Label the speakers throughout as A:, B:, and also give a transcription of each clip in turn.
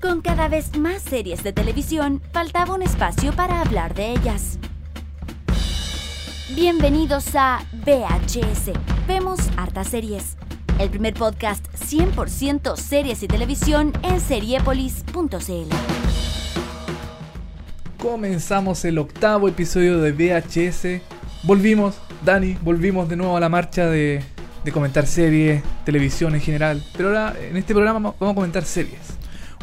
A: Con cada vez más series de televisión, faltaba un espacio para hablar de ellas. Bienvenidos a VHS. Vemos hartas series. El primer podcast 100% series y televisión en seriepolis.cl.
B: Comenzamos el octavo episodio de VHS. Volvimos, Dani, volvimos de nuevo a la marcha de, de comentar series, televisión en general. Pero ahora en este programa vamos- vamos a comentar series.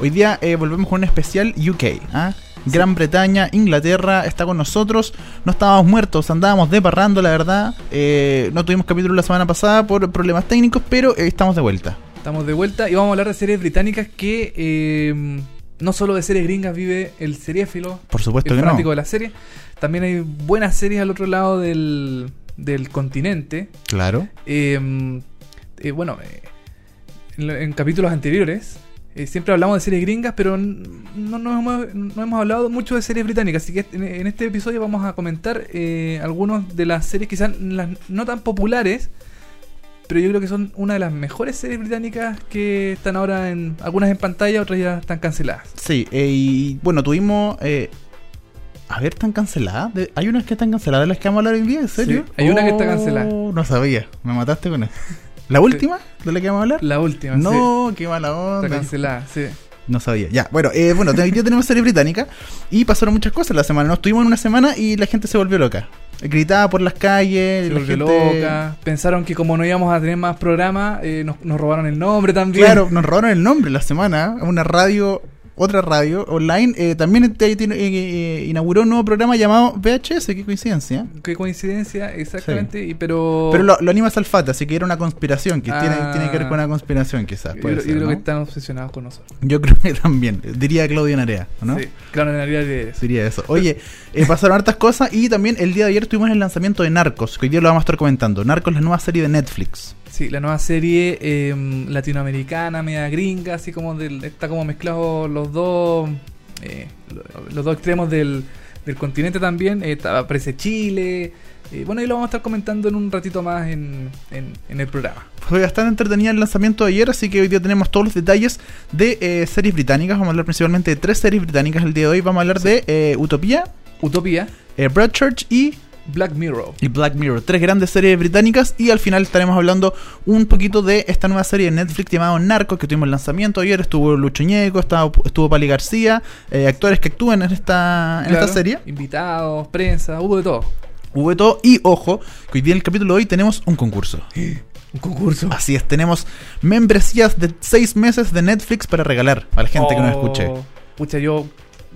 C: Hoy día eh, volvemos con un especial UK. ¿ah? Gran Bretaña, Inglaterra, está con nosotros. No estábamos muertos, andábamos de parrando, la verdad. Eh, no tuvimos capítulo la semana pasada por problemas técnicos, pero eh, estamos de vuelta.
B: Estamos de vuelta y vamos a hablar de series británicas que eh, no solo de series gringas vive el seriéfilo,
C: Por supuesto
B: el
C: que
B: fanático
C: no.
B: de la serie. También hay buenas series al otro lado del, del continente.
C: Claro.
B: Eh, eh, bueno, eh, en, lo- en capítulos anteriores eh, siempre hablamos de series gringas, pero n- no, no hemos, no hemos hablado mucho de series británicas. Así que en, en este episodio vamos a comentar eh, algunas de las series, quizás las no tan populares. Pero yo creo que son una de las mejores series británicas que están ahora en. Algunas en pantalla, otras ya están canceladas.
C: Sí, eh, y bueno, tuvimos. eh, a ver, ¿están canceladas? De- ¿Hay unas que están canceladas de las que vamos a hablar hoy día? ¿En serio? Oh,
B: hay una que está cancelada.
C: No sabía, me mataste con eso. ¿La última de la que vamos a hablar?
B: La última, sí,
C: no, qué mala onda.
B: Está cancelada, sí.
C: No sabía. Ya, bueno, eh, bueno, hoy día tenemos serie británica y pasaron muchas cosas la semana. Nos estuvimos en una semana y la gente se volvió loca. Gritaba por las
B: Se
C: calles, Eh, la
B: volvió
C: gente-
B: loca. Pensaron que como no íbamos a tener más programas, eh, nos, nos robaron el nombre también.
C: Claro, nos robaron el nombre la semana. Una radio, otra radio online, eh, también te- tiene- eh, eh, inauguró un nuevo programa llamado VHS, qué coincidencia.
B: Qué coincidencia, exactamente. Y pero
C: Pero lo, lo anima Salfate, así que era una conspiración, que tiene,
B: Ah.
C: tiene que ver con una conspiración quizás.
B: yo,
C: puede
B: yo
C: ser,
B: creo
C: ¿no?
B: que están obsesionados con nosotros.
C: Yo creo que también, diría Claudia Narea, ¿no?
B: Sí, claro, en realidad de eso.
C: Sería eso. Oye, eh, pasaron hartas cosas y también el día de ayer tuvimos el lanzamiento de Narcos, que hoy día lo vamos a estar comentando. Narcos, la nueva serie de Netflix.
B: Sí, la nueva serie eh, latinoamericana, media gringa, así como del, está como mezclado los dos eh, lo- los dos extremos del, del continente también. Eh, está- aparece Chile. Eh, bueno, y lo vamos a estar comentando en un ratito más en, en, en el programa.
C: Fue bastante entretenida el lanzamiento de ayer, así que hoy día tenemos todos los detalles de eh, series británicas. Vamos a hablar principalmente de tres series británicas el día de hoy. Vamos a hablar de eh, Utopía,
B: Utopía,
C: eh, Broadchurch y,
B: Black Mirror.
C: y Black Mirror. Tres grandes series británicas y al final estaremos hablando un poquito de esta nueva serie de Netflix llamada Narcos, que tuvimos el lanzamiento ayer. Estuvo Lucho Ñeco, estaba- estuvo Pali García, eh, actores que actúan en esta, en
B: Claro,
C: esta serie.
B: Invitados, prensa, hubo de todo.
C: Hubo de todo y ojo, que hoy día en el capítulo de hoy tenemos un concurso.
B: Un concurso.
C: Así es, tenemos membresías de 6 meses de Netflix para regalar a la gente que nos
B: Oh,
C: escuche.
B: Pucha, yo,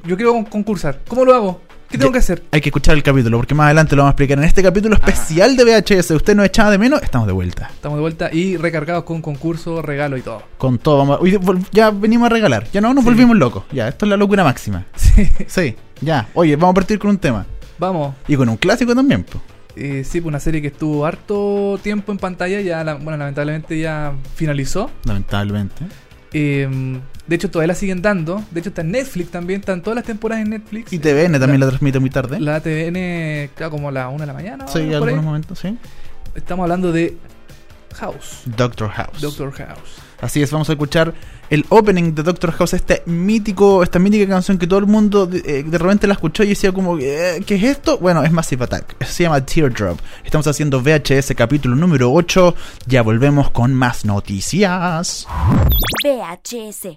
B: yo quiero con- concursar. ¿Cómo lo hago? ¿Qué tengo
C: Ya.
B: que hacer?
C: Hay que escuchar el capítulo porque más adelante lo vamos a explicar. En este
B: Ah.
C: capítulo especial de VHS, usted nos echaba de menos, estamos de vuelta.
B: Estamos de vuelta y recargados con concurso, regalo y todo.
C: Con todo, vamos a- hoy vol- ya venimos a regalar, ya no nos
B: Sí.
C: volvimos locos, ya, esto es la locura máxima.
B: Sí.
C: Sí, ya, oye, vamos a partir con un tema
B: Vamos.
C: y con un clásico también. po.
B: Eh, sí, pues una serie que estuvo harto tiempo en pantalla, ya la- bueno, lamentablemente ya finalizó.
C: Lamentablemente.
B: Eh, de hecho, todavía la siguen dando. De hecho, está en Netflix también, están todas las temporadas en Netflix.
C: Y TVN también la transmite muy tarde.
B: La TVN, claro, como a las 1 de la mañana.
C: sí,
B: por ahí.
C: algunos momentos, sí.
B: Estamos hablando de House.
C: Doctor House.
B: Doctor House.
C: Así es, vamos a escuchar el opening de Doctor House, este mítico, esta mítica canción que todo el mundo de, eh, de repente la escuchó y decía como, "Eh, ¿qué es esto? Bueno, es Massive Attack, se llama Teardrop. Estamos haciendo VHS capítulo número 8, ya volvemos con más noticias.
A: VHS.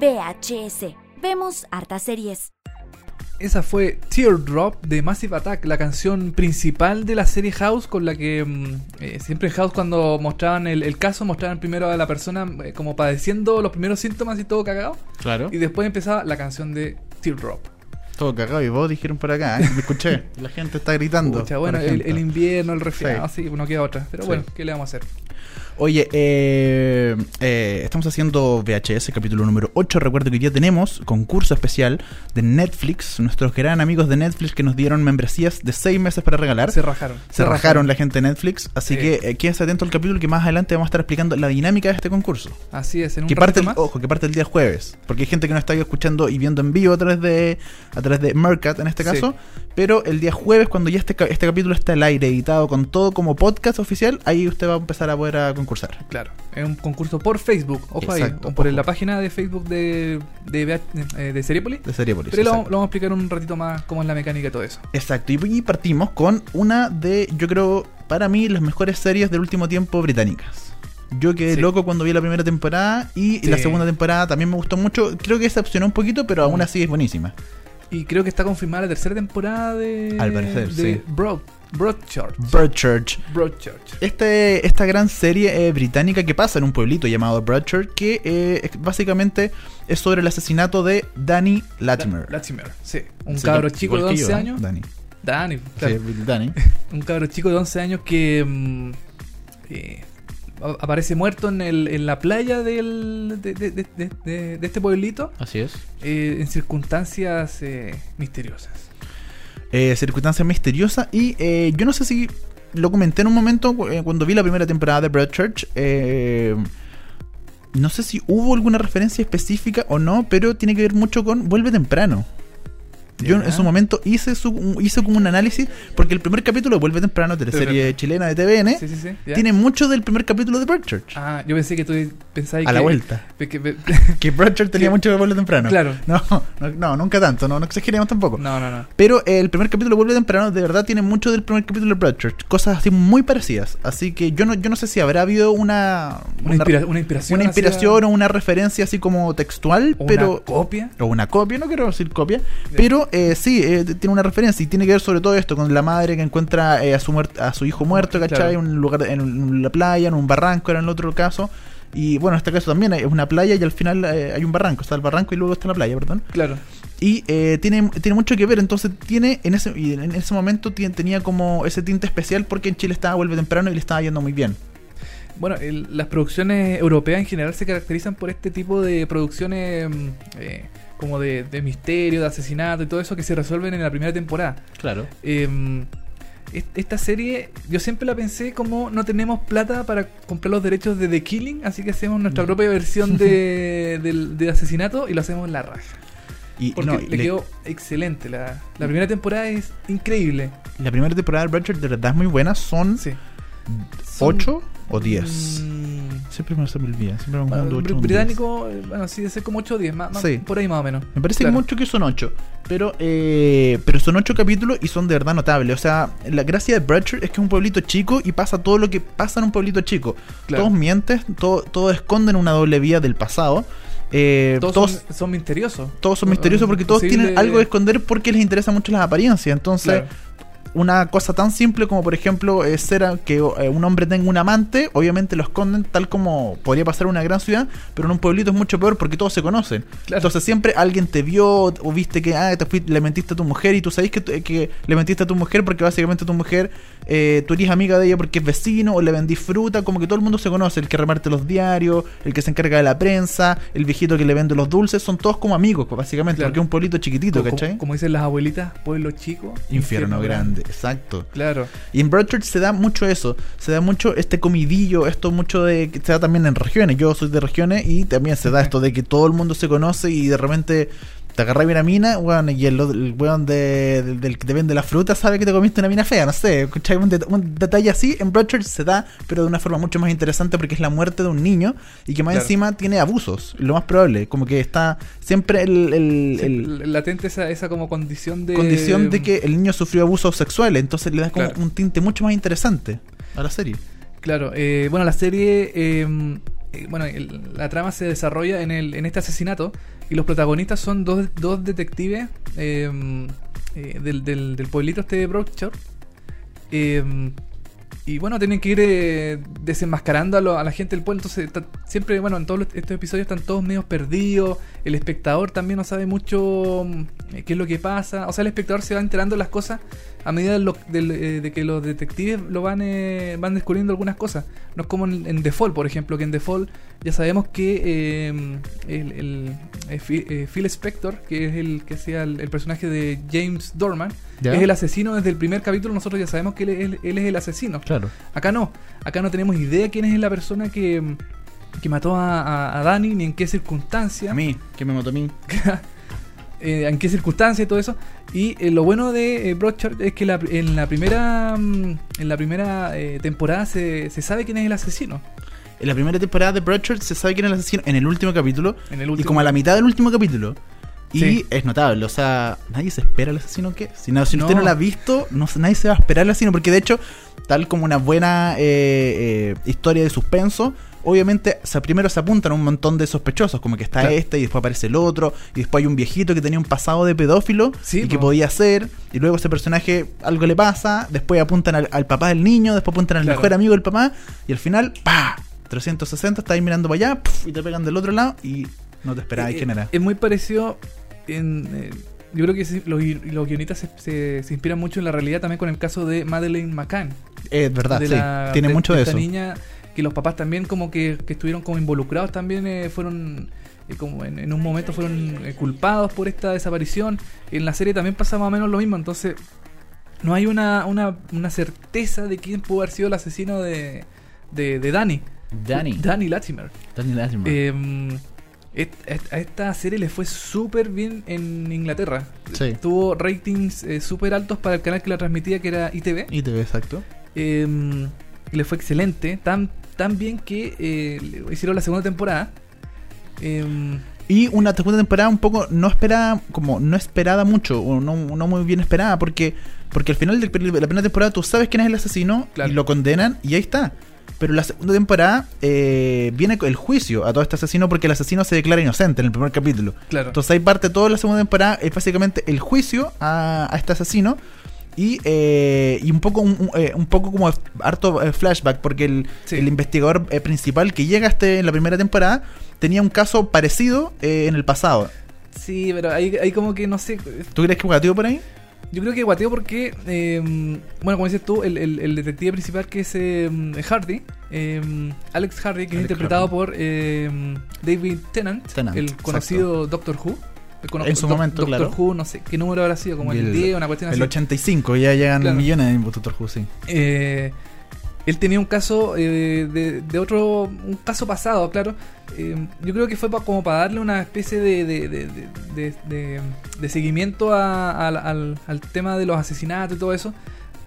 A: VHS. Vemos hartas series.
B: Esa fue Teardrop de Massive Attack, la canción principal de la serie House, con la que mm, eh, siempre en House cuando mostraban el, el caso, mostraban primero a la persona eh, como padeciendo los primeros síntomas y todo cagado,
C: Claro.
B: y después empezaba la canción de Teardrop.
C: Todo cagado y vos dijeron por acá, ¿eh? me escuché. La gente está gritando.
B: Pucha,
C: por
B: bueno, el,
C: ejemplo.
B: el invierno, el resfriado,
C: Sí.
B: sí. no queda otra. Pero
C: Sí.
B: bueno, ¿qué le vamos a hacer?
C: Oye, eh, eh, estamos haciendo VHS capítulo número 8. Recuerdo que ya tenemos concurso especial de Netflix. Nuestros gran amigos de Netflix que nos dieron membresías de 6 meses para regalar.
B: Se rajaron.
C: Se rajaron la gente de Netflix, así
B: Sí.
C: que eh, quédese atento al capítulo que más adelante vamos a estar explicando la dinámica de este concurso.
B: Así es, en un
C: Que
B: ratito
C: parte, el-
B: más.
C: ojo, que parte el día jueves, porque hay gente que nos está escuchando y viendo en vivo a través de a través de Mercat en este
B: Sí.
C: caso, pero el día jueves cuando ya este, ca- este capítulo está al aire editado con todo como podcast oficial, ahí usted va a empezar a poder a concursar.
B: Claro, es un concurso por Facebook, ojo
C: Exacto,
B: ahí, o por
C: ojo.
B: la página de Facebook de, de, VH eh, de Seriepolis.
C: De serie Polis,
B: Pero lo, lo
C: exacto.
B: vamos a explicar un ratito más cómo es la mecánica y todo eso.
C: Exacto, y, y partimos con una de, yo creo, para mí, las mejores series del último tiempo británicas. Yo quedé
B: Sí.
C: loco cuando vi la primera temporada y
B: Sí.
C: la segunda temporada también me gustó mucho. Creo que decepcionó un poquito, pero aún
B: Mm.
C: así es buenísima.
B: Y creo que está confirmada la tercera temporada de.
C: Al parecer,
B: de
C: sí.
B: Broad, Broadchurch.
C: Broadchurch.
B: Broadchurch.
C: Este, esta gran serie eh, británica que pasa en un pueblito llamado Broadchurch, que eh, es- básicamente es sobre el asesinato de Danny Latimer.
B: La- Latimer, sí. Un
C: Sí,
B: cabro
C: igual
B: chico de
C: que yo,
B: 11
C: ¿eh?
B: años.
C: Danny.
B: Dani, claro.
C: Sí, Danny.
B: un cabro chico de 11 años que mm, eh, a- aparece muerto en, el- en la playa del, de, de- de- de- de- de este pueblito
C: Así es.
B: eh, en circunstancias eh, misteriosas.
C: eh, circunstancia misteriosa y eh, yo no sé si lo comenté en un momento cu- eh, cuando vi la primera temporada de Broadchurch eh, no sé si hubo alguna referencia específica o no pero tiene que ver mucho con vuelve temprano yo
B: Ya.
C: en su momento hice su- un- hice como un análisis porque el primer capítulo de Vuelve Temprano de la serie chilena de TVN
B: Sí, sí, sí. ya.
C: ¿Eh? tiene mucho del primer capítulo de Broadchurch
B: Ah, yo pensé que tú pensabas
C: a
B: que,
C: la vuelta
B: pe- que- pe-
C: que Broadchurch tenía
B: Sí.
C: mucho de Vuelve Temprano
B: Claro.
C: no, no, no, nunca tanto no, no exageremos tampoco
B: No, no, no.
C: pero eh, el primer capítulo vuelve temprano, de verdad tiene mucho del primer capítulo de Broadchurch, cosas así muy parecidas. Así que yo no, yo no sé si habrá habido una
B: Una, inspira- una inspiración.
C: una
B: hacia-
C: inspiración o una referencia así como textual,
B: o una
C: pero
B: copia.
C: o una copia, no quiero decir copia, pero eh, sí, eh, t- tiene una referencia y tiene que ver sobre todo esto con la madre que encuentra eh, a, su muer- a su hijo muerto,
B: Claro.
C: ¿cachai? En un lugar, en la playa, en un barranco, era en el otro caso. Y bueno, en este caso también es una playa y al final eh, hay un barranco, está el barranco y luego está la playa, perdón.
B: Claro.
C: Y eh, tiene, tiene mucho que ver, entonces tiene, en ese, y en ese momento tien- tenía como ese tinte especial porque en Chile estaba vuelve temprano y le estaba yendo muy bien.
B: Bueno, el- las producciones europeas en general se caracterizan por este tipo de producciones mm, eh, como de, de misterio, de asesinato y todo eso que se resuelven en la primera temporada.
C: Claro.
B: Eh, est- esta serie, yo siempre la pensé como no tenemos plata para comprar los derechos de The Killing, así que hacemos
C: Mm.
B: nuestra propia versión de, del- de asesinato y lo hacemos en la raja.
C: Y,
B: Porque
C: no, y
B: le,
C: le-
B: quedó excelente. La, la primera temporada es increíble.
C: la primera temporada de Bratcher de verdad es muy buena, son
B: Sí.
C: 8 o 10.
B: Mm,
C: Siempre me se me olvida, siempre me
B: bueno,
C: confundo ocho
B: br-
C: con
B: británico, eh, bueno, sí, debe ser como 8 o 10, más, más-
C: Sí.
B: por ahí más o menos.
C: 10. Me parece
B: Claro.
C: que mucho que son 8, pero eh, pero son 8 capítulos y son de verdad notables. O sea, la gracia de Bratcher es que es un pueblito chico y pasa todo lo que pasa en un pueblito chico.
B: Claro.
C: Todos mientes, todo- todos esconden una doble vía del pasado. Eh,
B: Todos,
C: todos
B: son, son misteriosos.
C: todos son misteriosos porque todos
B: Imposible-
C: tienen algo que esconder porque les interesan mucho las apariencias. Entonces,
B: Claro.
C: una cosa tan simple como, por ejemplo, eh, ser a- que eh, un hombre tenga un amante, obviamente lo esconden tal como podría pasar en una gran ciudad, pero en un pueblito es mucho peor porque todos se conocen.
B: Claro.
C: Entonces, siempre alguien te vio o viste que ah, te fui- le mentiste a tu mujer y tú sabés que, tu- que le mentiste a tu mujer porque básicamente tu mujer, eh, tú eres amiga de ella porque es vecino o le vendís fruta, como que todo el mundo se conoce, el que remarte los diarios, el que se encarga de la prensa, el viejito que le vende los dulces, son todos como amigos, pues, básicamente,
B: Claro.
C: porque es un pueblito chiquitito,
B: Como- como,
C: ¿cachai?
B: como dicen las abuelitas, pueblo chico.
C: Infierno, grande, exacto.
B: Claro.
C: Y en Broadchurch se da mucho eso, se da mucho este comidillo, esto mucho de que se da también en regiones. Yo soy de regiones y también se da esto de que todo el mundo se conoce y de repente te agarra una mina, weón, y el, otro- el weón de- del, del que te vende la fruta sabe que te comiste una mina fea, no sé, ¿cachai? un, det- un detalle así en Broadchurch se da, pero de una forma mucho más interesante porque es la muerte de un niño y que más
B: Claro.
C: encima tiene abusos, lo más probable, como que está siempre el- el-
B: Sí,
C: el,
B: l- latente esa, esa como condición de
C: condición de que el niño sufrió abusos sexuales, entonces le da como
B: Claro.
C: un tinte mucho más interesante a la serie.
B: claro eh, bueno la serie eh, eh, bueno el- la trama se desarrolla en el en este asesinato Y los protagonistas son dos, dos detectives eh, eh, del, del, del pueblito este de Broadchurch. Eh, y bueno, tienen que ir eh, desenmascarando a, lo- a la gente del pueblo. Entonces, ta- siempre, bueno, en todos los- estos episodios están todos medios perdidos. El espectador también no sabe mucho mm, eh, qué es lo que pasa. O sea, el espectador se va enterando de las cosas a medida de, lo- del, eh, de que los detectives lo van, eh, van descubriendo algunas cosas. No es como en, en Default, por ejemplo, que en Default ya sabemos que eh, el, el- eh, Phil, eh, Phil Spector, que es el que hacía el, el personaje de James Dorman,
C: ¿Ya?
B: es el asesino desde el primer capítulo. Nosotros ya sabemos que él, es- él es el asesino.
C: Claro.
B: Acá no. Acá no tenemos idea quién es la persona que, que mató a, a- a Dani, ni en qué circunstancia.
C: A mí, que me mató a mí.
B: eh, en qué circunstancia y todo eso. Y eh, lo bueno de eh, Broadchurch es que la- en la primera mm, en la primera eh, temporada se, se sabe quién es el asesino.
C: En la primera temporada de Broadchurch se sabe quién es el asesino en el último capítulo
B: En el
C: y
B: último.
C: como a la mitad del último capítulo. Y
B: Sí.
C: es notable, o sea, nadie se espera el asesino que. es. Si, no, si
B: No.
C: usted no la ha visto, no, se- nadie se va a esperar el asesino, porque de hecho, tal como una buena eh, eh, historia de suspenso, obviamente se- primero se apuntan a un montón de sospechosos, como que está
B: Claro.
C: este y después aparece el otro, y después hay un viejito que tenía un pasado de pedófilo
B: Sí,
C: y que
B: po.
C: podía ser, y luego ese personaje algo le pasa, después apuntan al, al papá del niño, después apuntan al
B: Claro.
C: mejor amigo del papá, y al final, ¡pa! 360, está ahí mirando para allá, ¡puf! y te pegan del otro lado y no te esperabas
B: Eh,
C: quién era.
B: Es muy parecido en... eh, yo creo que sí, los, gui- los guionistas se, se- se inspiran mucho en la realidad también con el caso de Madeleine McCann.
C: Es verdad,
B: de
C: sí.
B: la-
C: Tiene mucho de eso.
B: Esta niña que los papás también como que, que estuvieron como involucrados también eh, fueron eh, como en, en un momento fueron eh, culpados por esta desaparición. En la serie también pasa más o menos lo mismo, entonces no hay una, una, una certeza de quién pudo haber sido el asesino de, de, de Danny.
C: Danny.
B: Danny Latimer.
C: Danny Latimer.
B: Eh, et- et- a esta serie le fue súper bien en Inglaterra.
C: Sí.
B: Tuvo ratings eh, súper altos para el canal que la transmitía, que era ITV.
C: y te ve exacto.
B: Eh, le fue excelente, tan, tan bien que eh, le- hicieron la segunda temporada. Eh,
C: Y una segunda temporada un poco no esperada, como no esperada mucho, o no, no muy bien esperada, porque, porque al final de la primera temporada tú sabes quién es el asesino
B: Claro.
C: y lo condenan y ahí está. Pero la segunda temporada eh, viene el juicio a todo este asesino porque el asesino se declara inocente en el primer capítulo.
B: claro.
C: Entonces ahí parte toda la segunda temporada, es básicamente el juicio a, a este asesino. Y, eh, y un poco un, un- eh, un poco como harto eh, flashback, porque el,
B: Sí.
C: el investigador eh, principal que llega a este, en la primera temporada tenía un caso parecido eh, en el pasado.
B: sí, pero ahí, ahí como que no sé.
C: ¿Tú crees que un gatillo por ahí?
B: Yo creo que guateo porque, eh, bueno, como dices tú, el, el- el detective principal que es eh, Hardy, eh, Alex Hardy, que es
C: Alex
B: interpretado
C: Hardy.
B: por eh, David Tennant,
C: Tennant,
B: el conocido Doctor Who. El cono-
C: En su
B: Doc-
C: momento,
B: Doctor
C: claro.
B: Who, no sé qué número habrá sido, como el,
C: El-
B: 10, una cuestión
C: El
B: así.
C: 85, ya llegan
B: Ah, Claro.
C: millones de Doctor Who, sí.
B: Eh, él tenía un caso eh, de, de otro, un caso pasado, claro. Eh, yo creo que fue pa- como para darle una especie de, de, de- de- de- de- de seguimiento a- al- al, al tema de los asesinatos y todo eso.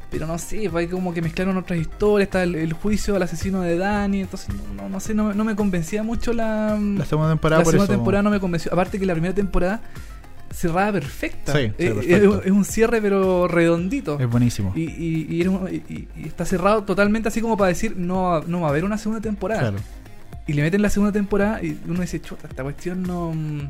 B: Pero no sé, fue como que mezclaron otras historias, está el, el juicio al asesino de Dani, entonces no, no sé, no, no me convencía mucho la,
C: La segunda temporada,
B: la
C: por
B: segunda
C: eso-
B: temporada no me convenció. Aparte que la primera temporada cerraba perfecta.
C: Sí, sí,
B: Eh, eh,
C: perfecto.
B: es un cierre pero redondito.
C: es buenísimo.
B: Y, y- y era un- y- y está cerrado totalmente así como para decir no, va- no va a haber una segunda temporada.
C: Claro.
B: Y le meten la segunda temporada y uno dice, chuta, esta cuestión no... mm".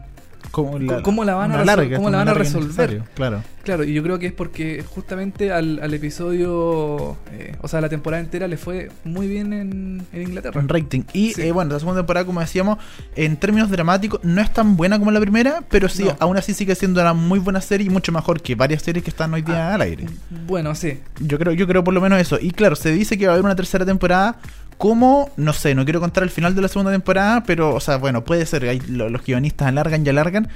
C: ¿Cómo
B: cómo la van a
C: una
B: resol-
C: larga,
B: cómo
C: es
B: la
C: una
B: van a
C: larga
B: resolver?
C: necesario, Claro.
B: Claro, y yo creo que es porque justamente al, al episodio, eh, o sea, la temporada entera le fue muy bien en, en Inglaterra.
C: en rating. Y
B: Sí.
C: eh, bueno, la segunda temporada, como decíamos, en términos dramáticos, no es tan buena como la primera, pero sí,
B: No.
C: aún así sigue siendo una muy buena serie y mucho mejor que varias series que están hoy día
B: Ah,
C: al aire.
B: Bueno, sí.
C: Yo creo, yo creo por lo menos eso. Y claro, se dice que va a haber una tercera temporada. Como, no sé, no quiero contar el final de la segunda temporada, pero, o sea, bueno, puede ser, hay- lo- los guionistas alargan y alargan,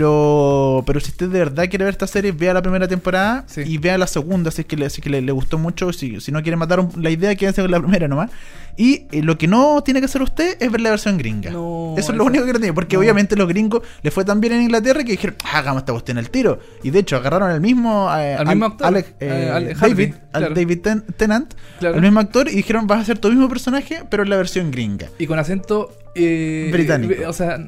C: pero pero si usted de verdad quiere ver esta serie, vea la primera temporada
B: Sí.
C: y vea la segunda, si es que le, si es que le, le gustó mucho, si, si no quiere matar un- la idea, quédense con la primera nomás. Y eh, lo que no tiene que hacer usted es ver la versión gringa.
B: No,
C: Eso es lo
B: esa-
C: único que no tiene, porque
B: no.
C: obviamente los gringos les fue tan bien en Inglaterra que dijeron, "Ah, hagamos esta cuestión al tiro. Y de hecho, agarraron al mismo... eh,
B: Al mismo actor,
C: Alex, eh,
B: eh, al-
C: David,
B: Harvey,
C: al
B: claro.
C: David Ten- Tennant,
B: Claro.
C: el mismo actor, y dijeron, vas a hacer tu mismo personaje, pero en la versión gringa.
B: Y con acento... eh,
C: Británico.
B: eh, O sea,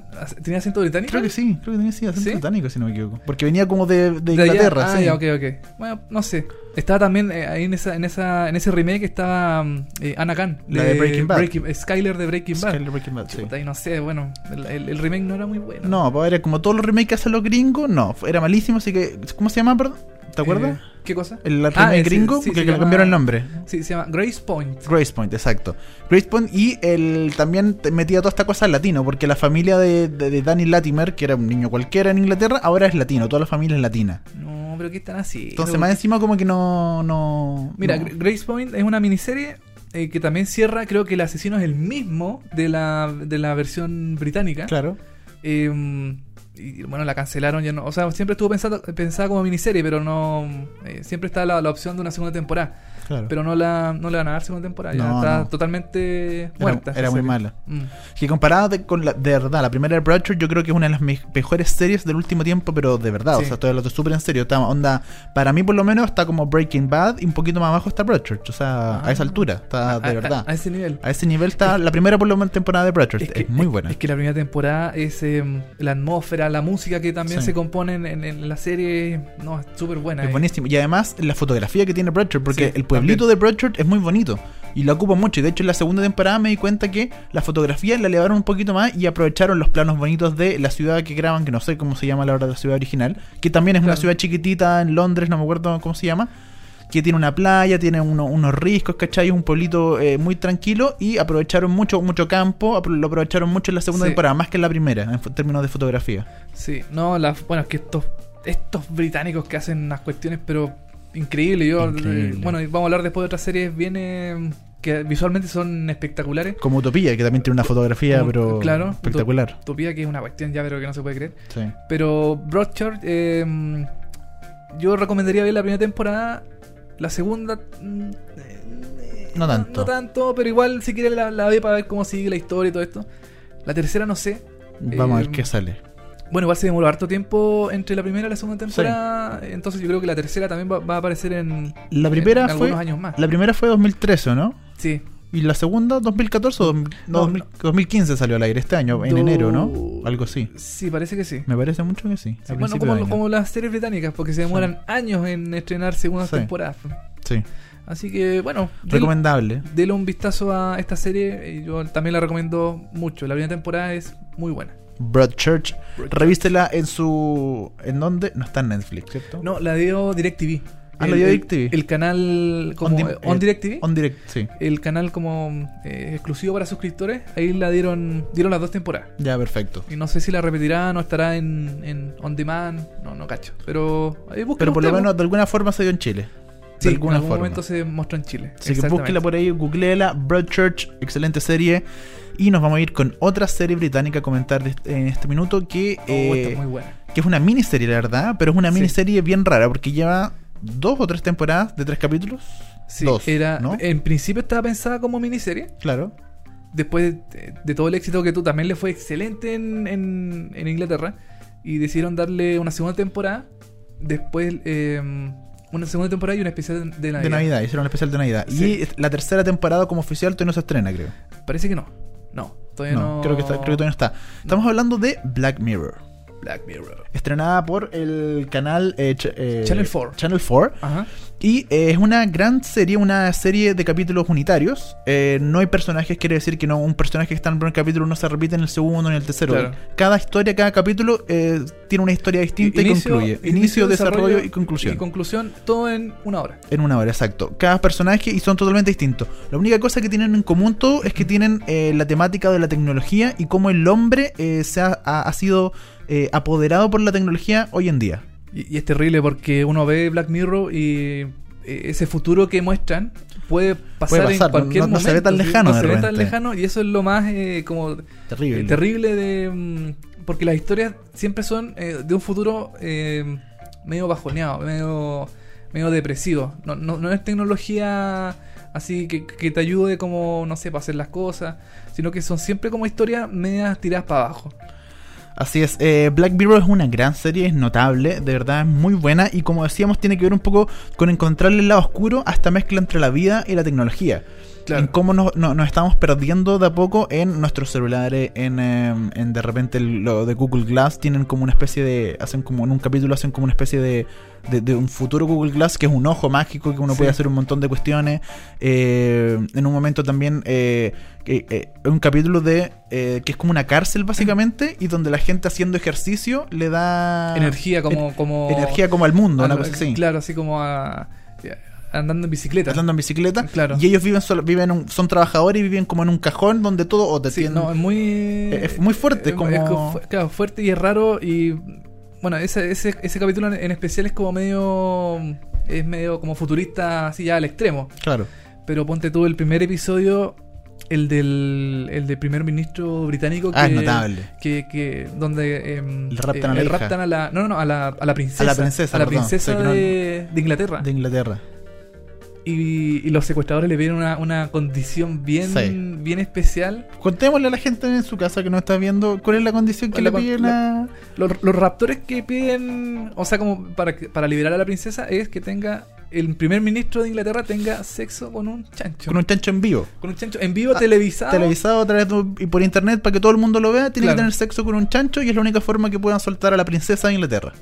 B: ¿tenía acento británico?
C: Creo que sí, creo que tenía sí, acento
B: ¿Sí?
C: británico, si no me equivoco. Porque venía como de, de
B: De allá-
C: Inglaterra,
B: ah,
C: sí.
B: ya, ok, ok. Bueno, no sé. Estaba también eh, ahí en esa, en esa, en ese remake estaba mm, eh, Anna Khan,
C: La de Breaking Bad.
B: Skyler de Breaking Bad.
C: Skyler Breaking Bad, sí.
B: Puta, y no sé, bueno, el, el- el remake no era muy bueno.
C: No, pues era como todos los remakes que hacen los gringos, no, era malísimo, así que... ¿Cómo se llama, perdón? ¿Te acuerdas?
B: Eh, ¿Qué cosa?
C: el remake
B: Ah, eh, sí,
C: gringo,
B: sí,
C: porque
B: se
C: le
B: llama-
C: cambiaron el nombre.
B: Sí, se llama Grace Point.
C: Grace Point, exacto. Grace Point y el también te metía toda esta cosa en latino, porque la familia de, de- de Danny Latimer, que era un niño cualquiera en Inglaterra, ahora es latino, toda la familia es latina.
B: No, pero ¿qué están así?
C: Entonces, más encima como que no... no
B: Mira,
C: no.
B: Gr- Grace Point es una miniserie eh, que también cierra, creo que el asesino es el mismo de la, de la versión británica.
C: Claro.
B: Eh, y bueno, la cancelaron ya no. O sea, siempre estuvo pensado, pensada como miniserie, pero no. eh, siempre está la, la opción de una segunda temporada.
C: claro.
B: Pero no la no le van a dar segunda temporada. ya
C: No,
B: está
C: no.
B: totalmente
C: Era-
B: muerta.
C: era,
B: esa
C: muy
B: serie.
C: mala.
B: Mm.
C: Que comparada de- con la, de verdad, la primera de Bratcher, yo creo que es una de las me- mejores series del último tiempo, pero de verdad,
B: Sí.
C: o sea, estoy hablando súper en serio. Está, onda, para mí por lo menos está como Breaking Bad y un poquito más abajo está Bratcher, o sea,
B: Ah.
C: a esa altura, está de
B: A- a-
C: verdad.
B: A, ese nivel.
C: A ese nivel está la primera por lo menos temporada de Bratcher, es,
B: que-
C: muy buena.
B: Es que la primera temporada es em, la atmósfera, la música que también
C: Sí.
B: se compone en, en- en la serie. No, es súper buena.
C: Es
B: eh.
C: buenísimo. Y además la fotografía que tiene Bradford, porque
B: Sí,
C: el pueblito de Bradford es muy bonito y la ocupa mucho. Y de hecho, en la segunda temporada me di cuenta que la fotografía la elevaron un poquito más y aprovecharon los planos bonitos de la ciudad que graban, que no sé cómo se llama la verdad la ciudad original, que también es una
B: Claro.
C: ciudad chiquitita en Londres, no me acuerdo cómo se llama. Que tiene una playa, tiene uno- unos riscos, ¿cachai? Es un pueblito eh, muy tranquilo y aprovecharon mucho mucho campo, apro- lo aprovecharon mucho en la segunda
B: Sí.
C: temporada, más que en la primera, en f- términos de fotografía.
B: Sí, no, la, bueno, es que estos, estos británicos que hacen las cuestiones, pero increíble. Yo,
C: Increíble.
B: eh, bueno, y vamos a hablar después de otras series bien eh, que visualmente son espectaculares.
C: Como Utopía, que también tiene una fotografía,
B: Como- eh,
C: pero
B: claro,
C: espectacular.
B: Utopía, que es una cuestión ya, pero que no se puede creer.
C: Sí.
B: Pero Broadchurch, eh, mm, yo recomendaría ver la primera temporada. La segunda. mm, eh,
C: No tanto.
B: No tanto, pero igual si quieres la, la ve para ver cómo sigue la historia y todo esto. La tercera no sé.
C: Vamos a
B: Eh,
C: ver qué sale.
B: Bueno, igual se demoró harto tiempo entre la primera y la segunda temporada. Entonces yo creo que la tercera también va, va a aparecer en,
C: La primera
B: en algunos
C: fue-
B: años más.
C: La primera fue 2013, ¿no?
B: Sí.
C: Y la segunda, 2014 o dos-
B: No,
C: no, 2000 2015 salió al aire este año, en
B: Do-
C: enero, ¿no? Algo así.
B: Sí, parece que sí.
C: Me parece mucho que sí.
B: Sí,
C: al
B: bueno,
C: principio
B: como,
C: de año.
B: como las series británicas, porque se demoran años en estrenar segundas
C: Sí.
B: temporadas.
C: Sí.
B: Así que, bueno, del-
C: Recomendable.
B: dele un vistazo a esta serie. eh, Yo también la recomiendo mucho. La primera temporada es muy buena.
C: Broadchurch. Revístela en su. ¿En dónde? No está en Netflix, ¿cierto?
B: No, la dio DirecTV.
C: Ah,
B: El-
C: la dio
B: el-
C: DirecTV.
B: El canal como
C: di-
B: eh, On,
C: eh,
B: DirecTV.
C: On Direct, sí.
B: el canal como eh, exclusivo para suscriptores, ahí la dieron dieron las dos temporadas.
C: Ya, perfecto.
B: Y no sé si la repetirán o estará en, en On Demand, no, no cacho. Pero ahí busquen
C: Pero por lo
B: ustedes,
C: menos de alguna forma se dio en Chile. De
B: Sí, en
C: alguna
B: algún
C: forma.
B: momento se mostró en Chile.
C: Así que
B: Exactamente.
C: búsquela por ahí, googleela, Broadchurch, excelente serie. Y nos vamos a ir con otra serie británica a comentar de este- en este minuto que,
B: Oh,
C: eh,
B: esta es muy buena.
C: que es una miniserie, la verdad, pero es una
B: Sí.
C: miniserie bien rara porque lleva dos o tres temporadas de tres capítulos.
B: Sí,
C: dos,
B: era,
C: ¿no?
B: En principio estaba pensada como miniserie.
C: Claro.
B: Después de, de todo el éxito que tú también le fue excelente en, en- en Inglaterra. Y decidieron darle una segunda temporada. Después eh, una segunda temporada y una especial de
C: De Navidad, hicieron el especial de Navidad.
B: Sí.
C: Y la tercera temporada como oficial todavía no se estrena, creo.
B: Parece que no. No, todavía no.
C: No, Creo, que está- creo que todavía no está. Estamos hablando de Black Mirror.
B: Black Mirror.
C: Estrenada por el canal eh, ch- eh,
B: Channel 4.
C: Channel 4.
B: Ajá.
C: Y eh, es una gran serie, una serie de capítulos unitarios. Eh, no hay personajes, quiere decir que no un personaje que está en el capítulo no se repite en el segundo ni en el tercero.
B: Claro.
C: Cada historia, cada capítulo eh, tiene una historia distinta y concluye. Inicio, desarrollo, y conclusión.
B: Y conclusión, todo en una hora.
C: en una hora, exacto. Cada personaje y son totalmente distintos. La única cosa que tienen en común todo es que tienen eh, la temática de la tecnología y cómo el hombre eh, se ha, ha- ha sido eh, apoderado por la tecnología hoy en día.
B: Y, y es terrible porque uno ve Black Mirror y eh, ese futuro que muestran puede pasar,
C: pasar,
B: en cualquier
C: no- no
B: momento.
C: se ve tan
B: sí,
C: lejano
B: No
C: de
B: se ve tan
C: repente.
B: lejano y eso es lo más eh, como eh,
C: Terrible.
B: terrible de... mm, Porque las historias siempre son eh, de un futuro eh, medio bajoneado, medio, medio depresivo. No, no, no es tecnología así que, que te ayude como, no sé, para hacer las cosas, sino que son siempre como historias medias tiradas para abajo.
C: Así es, eh, Black Mirror es una gran serie, es notable, de verdad es muy buena y como decíamos tiene que ver un poco con encontrarle el lado oscuro a esta mezcla entre la vida y la tecnología.
B: Claro.
C: en cómo nos, no- nos estamos perdiendo de a poco en nuestros celulares, en, em, en de repente el- lo de Google Glass tienen como una especie de, hacen como en un capítulo hacen como una especie de, de, de un futuro Google Glass que es un ojo mágico que uno
B: Sí.
C: puede hacer un montón de cuestiones. Eh, en un momento también eh, que, eh, un capítulo de eh, que es como una cárcel básicamente y donde la gente haciendo ejercicio le da
B: energía como, como
C: Ah. energía como al mundo, una
B: algo-
C: cosa así.
B: Claro, así como a- eh, andando en bicicleta.
C: Andando en bicicleta
B: Claro.
C: y ellos viven solo, viven un- son trabajadores y viven como en un cajón donde todo o te
B: Sí,
C: tienen-
B: no, es muy.
C: Es- es muy fuerte,
B: es-
C: como-
B: es fu- claro, fuerte y es raro. Y. Bueno, ese, ese, ese capítulo en, en especial es como medio. Es medio como futurista, así ya al extremo.
C: Claro.
B: Pero ponte tú el primer episodio, el del, el del primer ministro británico. Que,
C: Ah, es notable.
B: Que, que- donde em,
C: Le raptan a la
B: eh, le
C: hija.
B: raptan a la no no no a la, a la princesa
C: princesa,
B: a la
C: perdón.
B: princesa
C: Sí, que no-
B: de, de Inglaterra
C: De Inglaterra.
B: y, y los secuestradores le piden una, una condición bien
C: Sí.
B: bien especial
C: Contémosle a la gente en su casa que no está viendo cuál es la condición que
B: La
C: le
B: con-
C: piden
B: la-
C: a.
B: Los, los raptores que piden, o sea, como para, que- para liberar a la princesa, es que tenga el primer ministro de Inglaterra tenga sexo con un chancho.
C: Con un Ah, chancho en vivo.
B: Con un chancho en vivo televisado.
C: Televisado a través de- y por internet para que todo el mundo lo vea. Tiene
B: Claro.
C: que tener sexo con un chancho y es la única forma que puedan soltar a la princesa de Inglaterra.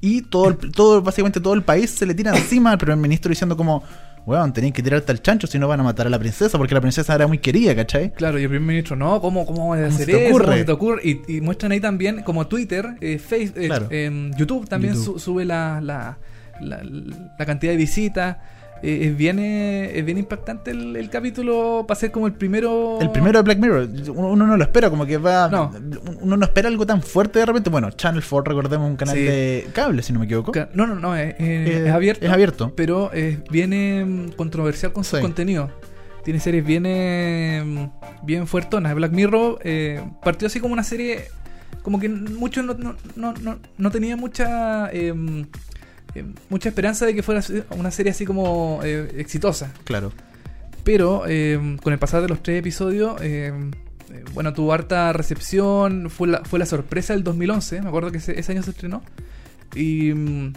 C: Y todo, el- todo básicamente todo el país se le tira encima al primer ministro diciendo como. Weón, tenéis que tirarte al chancho si no van a matar a la princesa porque la princesa era muy querida, ¿cachai?
B: Claro, y el primer ministro, no, ¿cómo, cómo vas a
C: ¿Cómo se
B: hacer
C: te
B: eso?
C: ocurre?
B: ¿Cómo se te ocurre? Y, y muestran ahí también, como Twitter, eh, Face- eh,
C: Claro.
B: em, YouTube también
C: YouTube.
B: su- sube la, la, la- la cantidad de visitas. Eh, es, bien, eh, es bien impactante el, el capítulo para ser como el primero.
C: El primero de Black Mirror, uno, uno no lo espera, como que va.
B: Oh. No.
C: Uno no espera algo tan fuerte de repente. Bueno, Channel 4, recordemos, un canal
B: Sí.
C: de cable, si no me equivoco.
B: Ca- No, no, no, eh, eh,
C: Eh,
B: es abierto.
C: Es abierto.
B: pero eh, viene mm, controversial con sus
C: Sí.
B: contenidos. Tiene series bien, eh, mm, bien fuertonas. Black Mirror eh, partió así como una serie, como que muchos no, no, no, no- no tenía mucha eh, eh, mucha esperanza de que fuera así- una serie así como eh, exitosa.
C: Claro.
B: Pero eh, con el pasar de los tres episodios, eh, eh, bueno, tuvo harta recepción, fue la, fue la sorpresa del 2011, me acuerdo que ese, ese año se estrenó. Y, mm,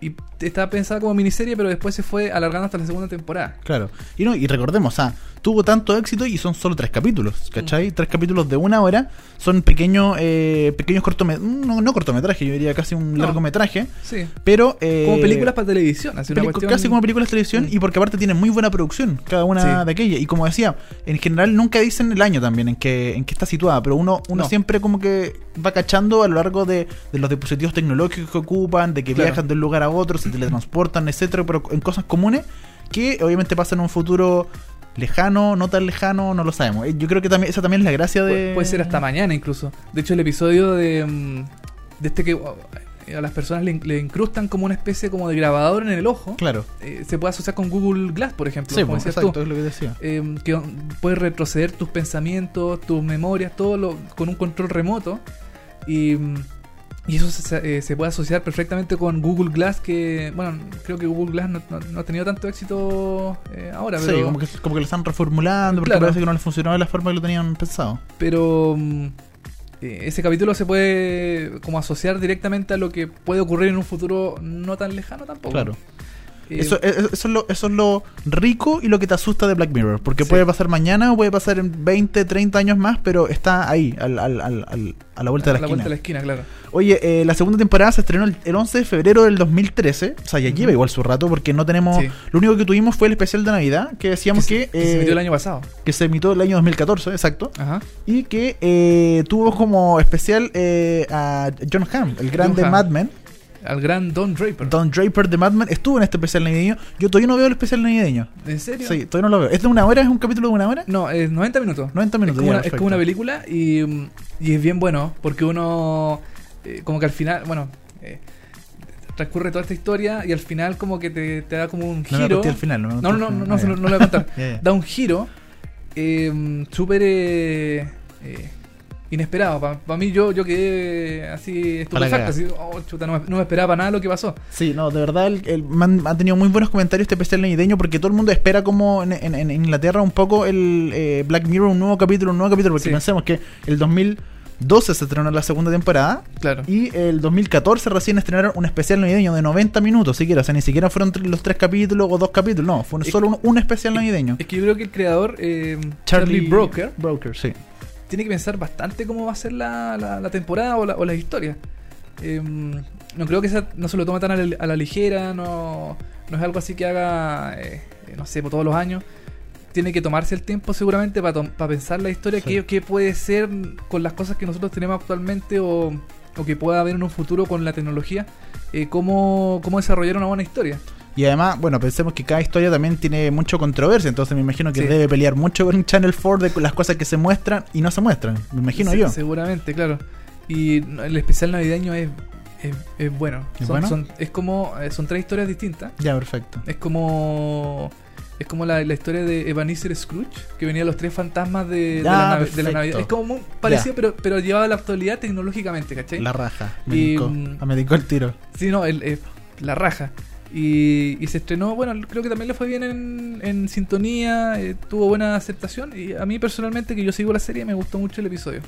B: y estaba pensada como miniserie, pero después se fue alargando hasta la segunda temporada.
C: Claro. Y no, y recordemos, o sea, tuvo tanto éxito y son solo tres capítulos, ¿cachai? Tres capítulos de una hora. Son pequeños, eh, pequeños cortometrajes. No, no cortometraje, yo diría casi un
B: No.
C: largometraje.
B: Sí.
C: Pero. eh,
B: Como películas para televisión, así una
C: pelicu-
B: cuestión...
C: Casi como películas de televisión
B: Mm.
C: y porque aparte tienen muy buena producción cada una
B: Sí.
C: de aquellas. Y como decía, en general nunca dicen el año también en que, en que está situada, pero uno, uno
B: No.
C: siempre como que va cachando a lo largo de, de los dispositivos tecnológicos que ocupan, de que
B: Claro.
C: viajan de un lugar a otro, se teletransportan, etcétera, pero en cosas comunes que obviamente pasan en un futuro lejano, no tan lejano, no lo sabemos. Eh, Yo creo que también esa también es la gracia
B: Pu-
C: de...
B: Puede ser hasta mañana incluso. De hecho, el episodio de, mm, de este que uh, a las personas le, in- le incrustan como una especie como de grabador en el ojo,
C: Claro.
B: eh, se puede asociar con Google Glass, por ejemplo.
C: Sí,
B: como
C: pues,
B: decías tú.
C: exacto, es lo que decía.
B: eh, que on- puedes retroceder tus pensamientos, tus memorias, todo lo, con un control remoto. Y, mm, y eso se, eh, se puede asociar perfectamente con Google Glass, que, bueno, creo que Google Glass no, no- no ha tenido tanto éxito eh, ahora, pero,
C: Sí, como que, como que lo están reformulando porque
B: Claro.
C: parece que no les funcionó de la forma que lo tenían pensado.
B: pero mm, eh, ese capítulo se puede como asociar directamente a lo que puede ocurrir en un futuro no tan lejano tampoco.
C: Claro.
B: Eh,
C: Eso, e- eso, es lo, eso es lo rico y lo que te asusta de Black Mirror. Porque
B: Sí.
C: puede pasar mañana o puede pasar en 20, 30 años más, pero está ahí, al, al- al- al- a la vuelta,
B: a
C: de, la esquina.
B: esquina, claro.
C: Oye, eh, la segunda temporada se estrenó el, el 11 de febrero del 2013. O sea, ya
B: Ujú.
C: lleva igual su rato porque no tenemos.
B: Sí.
C: Lo único que tuvimos fue el especial de Navidad, que decíamos
B: Que
C: que.
B: se- que se
C: eh,
B: metió el año pasado.
C: que se emitió el año 2014, exacto.
B: Ajá.
C: Y que eh, tuvo como especial eh, a John Hamm, el grande
B: Hamm.
C: Mad Men.
B: Al gran Don Draper.
C: Don Draper de Mad Men estuvo en este especial navideño. Yo todavía no veo el especial navideño.
B: ¿En serio?
C: Sí, todavía no lo veo. ¿Es de una hora? ¿Es un capítulo de una hora?
B: No, es 90 minutos.
C: 90
B: Es
C: minutos.
B: como,
C: ya,
B: una, es como una
C: perfecto.
B: película y, mm, y es bien bueno porque uno, eh, como que al final, bueno, eh, transcurre toda esta historia y al final, como que te, te da como un
C: No, no,
B: giro.
C: conté al final, no, no,
B: No, no, no, no, no, no lo voy a contar.
C: Ya, ya.
B: Da un giro eh, súper eh, eh, inesperado. Para mí, yo, yo quedé así
C: Para la
B: estupefacto. Así, oh, chuta, no me, no me esperaba nada lo que pasó.
C: Sí, no, de verdad el, el man ha tenido muy buenos comentarios este especial navideño porque todo el mundo espera como en, en- en Inglaterra un poco el eh, Black Mirror, un nuevo capítulo, un nuevo capítulo, porque
B: Sí.
C: pensemos que el 2000... 12 se estrenó la segunda temporada.
B: Claro.
C: Y el 2014 recién estrenaron un especial navideño de 90 minutos, siquiera. O sea, ni siquiera fueron tr- los tres capítulos o dos capítulos. No, fue un-
B: Es-
C: solo un, un especial navideño.
B: Es que yo creo que el creador, eh, Charlie, Broker,
C: Broker, sí.
B: tiene que pensar bastante cómo va a ser la, la- la temporada o la, o la historia. Eh, no creo que sea- no se lo tome tan a la, a la ligera, no, no es algo así que haga, eh, eh, no sé, por todos los años. Tiene que tomarse el tiempo seguramente para, tom- para pensar la historia,
C: Sí.
B: qué, qué puede ser con las cosas que nosotros tenemos actualmente o, o que pueda haber en un futuro con la tecnología, eh, cómo, cómo desarrollar una buena historia.
C: Y además, bueno, pensemos que cada historia también tiene mucha controversia, entonces me imagino que
B: Sí.
C: debe pelear mucho con Channel 4 de las cosas que se muestran y no se muestran, me imagino
B: Se-
C: yo.
B: Seguramente, claro. Y no, el especial navideño es, es, es bueno.
C: ¿Es
B: son,
C: bueno?
B: son- es como. eh, Son tres historias distintas.
C: Ya, perfecto.
B: Es como. Es como la, la historia de Ebenezer Scrooge, que venían los tres fantasmas de, de
C: Ya,
B: la, nave- de la
C: perfecto.
B: Navidad. Es como muy parecido, pero, pero llevado a la actualidad tecnológicamente, ¿cachai?
C: La raja, me
B: Eh, Y,
C: dedicó,
B: mm,
C: me dedicó el tiro.
B: Sí, no, el, eh, la raja. Y, y se estrenó, bueno, creo que también le fue bien en, en sintonía, eh, tuvo buena aceptación. Y a mí personalmente, que yo sigo la serie, me gustó mucho el episodio.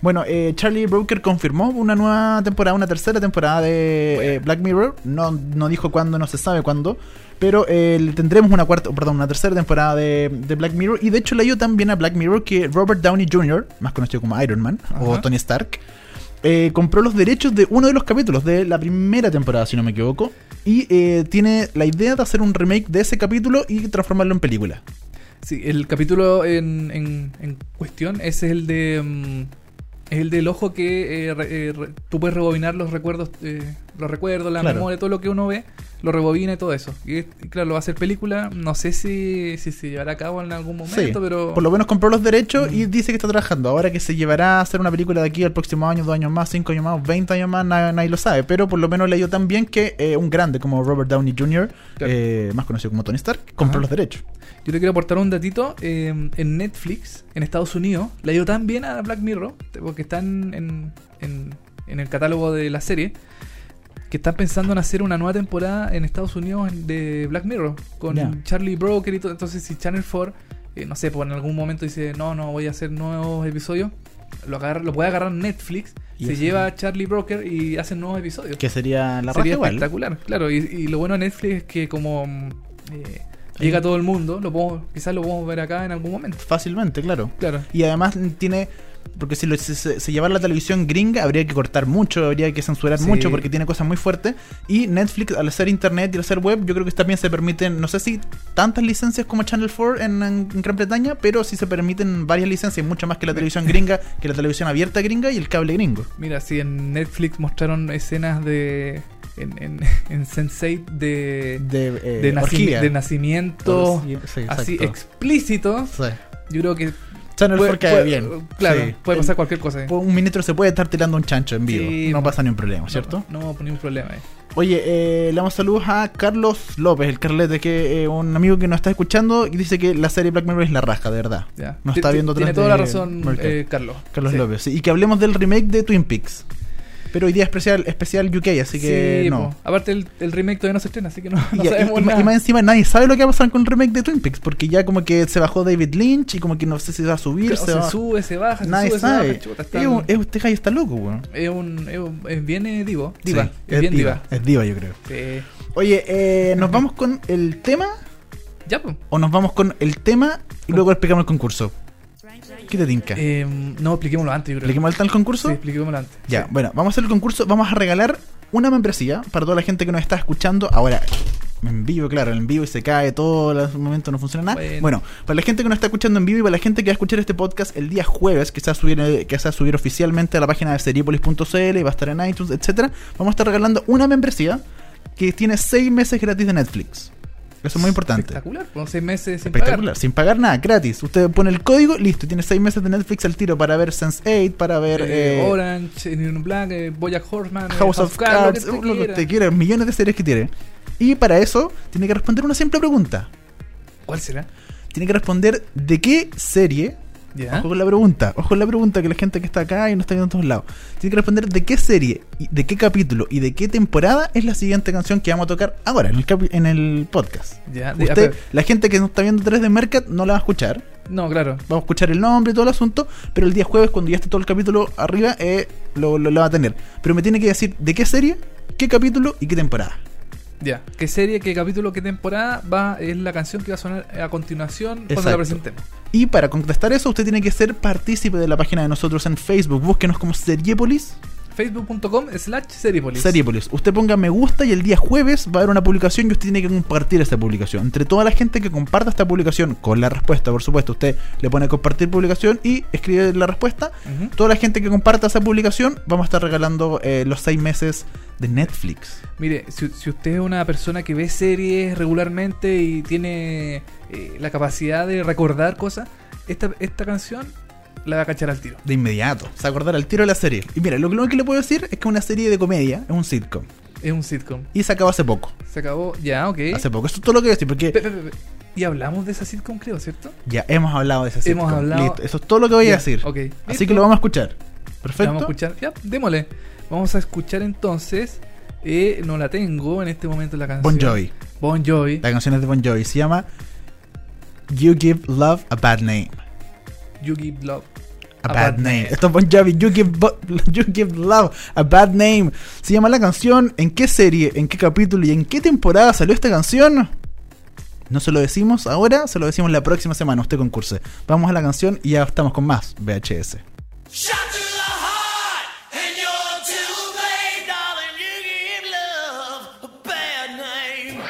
C: Bueno, eh, Charlie Broker confirmó una nueva temporada, una tercera temporada de eh, Black Mirror. No, no dijo cuándo, no se sabe cuándo. Pero eh, le tendremos una cuarta, perdón, una tercera temporada de, de Black Mirror. Y de hecho le ayudó también a Black Mirror que Robert Downey Jr., más conocido como Iron Man o
B: Ajá.
C: Tony Stark, eh, compró los derechos de uno de los capítulos de la primera temporada, si no me equivoco. Y eh, tiene la idea de hacer un remake de ese capítulo y transformarlo en película.
B: Sí, el capítulo en, en- en cuestión es el de. mm, es el del ojo que eh, re- eh, re- tú puedes rebobinar los recuerdos, eh, los recuerdos, la
C: Claro.
B: memoria, todo lo que uno ve, lo rebobina y todo eso. Y, es- y claro, lo va a hacer película, no sé si, si se llevará a cabo en algún momento,
C: Sí,
B: pero.
C: Por lo menos compró los derechos y
B: Mm.
C: dice que está trabajando. Ahora que se llevará a hacer una película de aquí al próximo año, dos años más, cinco años más, veinte años más, na- nadie, lo sabe. Pero por lo menos leyó también que eh, un grande como Robert Downey Jr.,
B: Claro.
C: eh, más conocido como Tony Stark, compró
B: Ajá.
C: los derechos.
B: Yo te quiero aportar un datito. eh, en Netflix, en Estados Unidos, le ha ido tan bien a Black Mirror, porque están en, en- en el catálogo de la serie, que están pensando en hacer una nueva temporada en Estados Unidos de Black Mirror, con
C: Ya.
B: Charlie Broker y todo. Entonces, si Channel 4, eh, no sé, pues en algún momento dice, no, no, voy a hacer nuevos episodios, lo, agarra- lo puede agarrar Netflix,
C: Y
B: se
C: eso.
B: lleva a Charlie Broker y hacen nuevos episodios
C: Que sería
B: sería
C: la raja igual.
B: espectacular, claro. Y, y lo bueno de Netflix es que como mm, eh, llega a todo el mundo, lo podemos, quizás lo podemos ver acá en algún momento.
C: Fácilmente, claro.
B: Claro.
C: Y además tiene. Porque si lo- si se, se llevara la televisión gringa, habría que cortar mucho, habría que censurar
B: Sí.
C: mucho, porque tiene cosas muy fuertes. Y Netflix, al hacer internet y al hacer web, yo creo que también se permiten, no sé si tantas licencias como Channel 4 en, en Gran Bretaña, pero sí se permiten varias licencias, mucho más que la televisión gringa, que la televisión abierta gringa y el cable gringo.
B: Mira, si en Netflix mostraron escenas de. en, en, en Sense8 de.
C: De, eh,
B: de, naci-
C: orgía.
B: de nacimiento.
C: Sí, sí, exacto.
B: Así explícito,
C: Sí.
B: yo creo que.
C: Channel 4
B: puede-
C: cae
B: puede-
C: bien.
B: Claro,
C: Sí.
B: puede
C: El-
B: pasar cualquier cosa. ahí.
C: un ministro se puede estar tirando un chancho en vivo.
B: Sí,
C: no
B: no.
C: pasa ni un problema, ¿cierto?
B: No, no, ningún problema. ahí.
C: Oye, eh, le damos saludos a Carlos López, el Carlete, que eh, un amigo que nos está escuchando y dice que la serie Black Mirror es la raja, de verdad.
B: Ya.
C: Nos
B: Ti-
C: está
B: ti-
C: viendo
B: Tiene
C: atrás
B: toda la
C: de
B: razón,
C: Merkel.
B: eh, Carlos.
C: Carlos
B: Sí.
C: López. sí. Y que hablemos del remake de Twin Peaks. Pero hoy día especial, especial UK, así que
B: Sí,
C: no.
B: po. Aparte, el, el remake todavía no se estrena, así que no, no
C: Y, y-
B: sabemos
C: y-
B: nada.
C: y más encima nadie sabe lo que va a pasar con el remake de Twin Peaks, porque ya como que se bajó David Lynch y como que no sé si va a subir,
B: Claro,
C: se
B: se
C: va-
B: sube, se baja, se
C: nadie
B: sube, se
C: sabe.
B: baja. Chuta, está-
C: Es un- es- Este gallo está loco, weón.
B: es un, es un- es bien eh, divo,
C: Sí,
B: diva, es bien diva.
C: Es diva, yo creo.
B: Sí.
C: Oye, eh, nos vamos con el tema
B: Ya, pues.
C: o nos vamos con el tema y luego explicamos el concurso. ¿Qué te tinca?
B: Eh, no, expliquémoslo antes, yo creo.
C: ¿Expliquemos el tal concurso?
B: Sí, expliquémoslo antes.
C: Ya, bueno, vamos a hacer el concurso, vamos a regalar una membresía para toda la gente que nos está escuchando. Ahora, en vivo, claro, en vivo y se cae todo, en momento no funciona nada. Bueno.
B: Bueno.
C: para la gente que nos está escuchando en vivo y para la gente que va a escuchar este podcast el día jueves, que se va a subir, eh, que se va a subir oficialmente a la página de seriepolis.cl y va a estar en iTunes, etcétera, vamos a estar regalando una membresía que tiene seis meses gratis de Netflix. Eso es muy importante.
B: Espectacular, con seis meses sin
C: Espectacular,
B: pagar.
C: sin pagar nada, gratis. Usted pone el código, listo, y tiene seis meses de Netflix al tiro para ver Sense8, para ver
B: Eh,
C: eh,
B: Orange, New Black, eh, Bojack Horseman, eh,
C: House of Cards,
B: lo que
C: lo
B: usted
C: que usted
B: quiera.
C: quiera, millones de series que tiene. Y para eso tiene que responder una simple pregunta.
B: ¿Cuál será?
C: Tiene que responder de qué serie
B: ¿Ya?
C: Ojo con la pregunta, ojo con la pregunta que la gente que está acá y no está viendo en todos lados. Tiene que responder de qué serie, y de qué capítulo y de qué temporada es la siguiente canción que vamos a tocar ahora en el, capi- en el podcast.
B: ya, de- ah,
C: Usted,
B: pero-
C: la gente que no está viendo 3 de Mercat no la va a escuchar.
B: no, claro.
C: Vamos a escuchar el nombre y todo el asunto, pero el día jueves, cuando ya esté todo el capítulo arriba, eh, lo, lo- lo va a tener. Pero me tiene que decir de qué serie, qué capítulo y qué temporada.
B: Ya. ¿Qué serie, qué capítulo, qué temporada va es la canción que va a sonar a continuación cuando la
C: Exacto.
B: presentemos?
C: Y para contestar eso, usted tiene que ser partícipe de la página de nosotros en Facebook. Búsquenos como Seriepolis.
B: Facebook.com slash Seriepolis.
C: Seriepolis. Usted ponga me gusta y el día jueves va a haber una publicación y usted tiene que compartir esta publicación. Entre toda la gente que comparta esta publicación, con la respuesta, por supuesto, usted le pone compartir publicación y escribe la respuesta.
B: Ujú.
C: Toda la gente que comparta esa publicación, vamos a estar regalando eh, los seis meses de Netflix.
B: Mire, si, si usted es una persona que ve series regularmente y tiene eh, la capacidad de recordar cosas, esta, esta canción la va a cachar al tiro.
C: De inmediato. Se acordar al tiro de la serie. Y mira, lo que, lo que le puedo decir es que es una serie de comedia, es un sitcom.
B: Es un sitcom.
C: Y se acabó hace poco.
B: Se acabó. Ya, ok.
C: Hace poco. Eso es todo lo que voy a decir. Porque
B: Pe- pe- pe- pe- Y hablamos de esa sitcom, creo, ¿cierto?
C: Ya, hemos hablado de esa
B: Hemos
C: sitcom.
B: hablado-
C: Listo, eso es todo lo que voy
B: Ya,
C: a decir.
B: ok.
C: Así
B: Listo.
C: que lo vamos a escuchar.
B: La
C: Perfecto.
B: vamos a escuchar. Ya, démosle. Vamos a escuchar entonces. eh, no la tengo en este momento la canción.
C: Bon Jovi.
B: Bon Jovi.
C: La canción es de Bon Jovi. Se llama You Give Love a Bad Name.
B: You Give Love.
C: A, bad, name. Esto es Bon Jovi. You give, bo- you give Love a Bad Name. Se llama la canción. ¿En qué serie, en qué capítulo y en qué temporada salió esta canción? No se lo decimos ahora, se lo decimos la próxima semana. Usted concurse. Vamos a la canción y ya estamos con más VHS.
D: Shot to the heart, and you're too late, darling. You give love a bad name.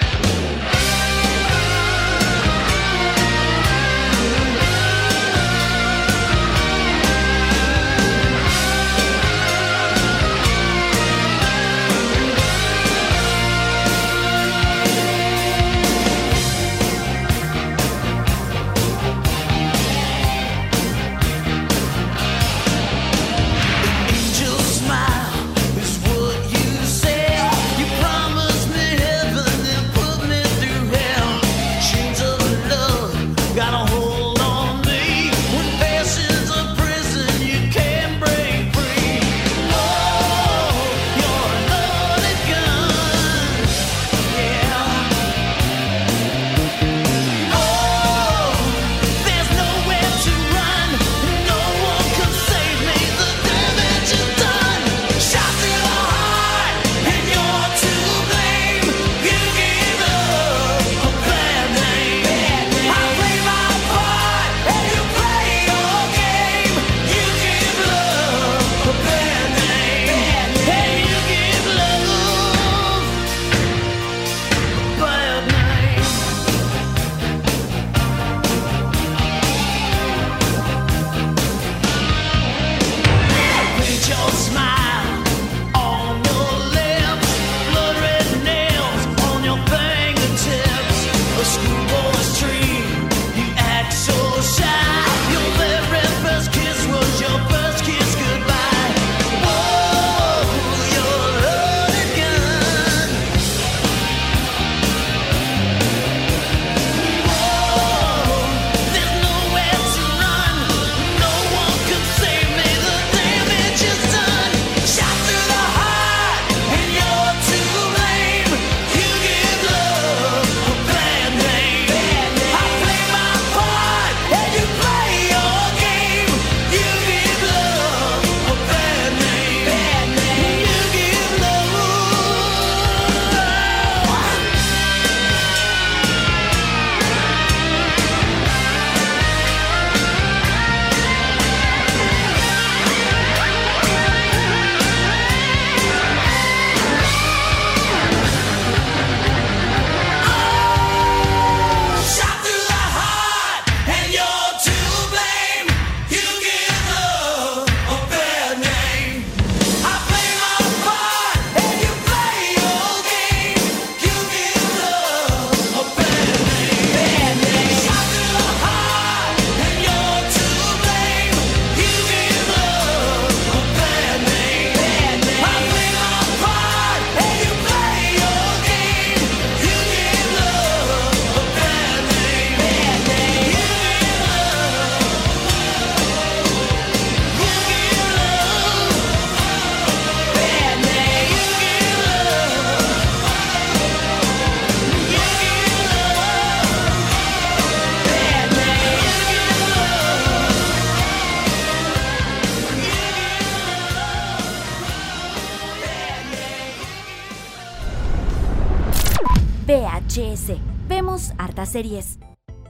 A: VHS. Vemos hartas series.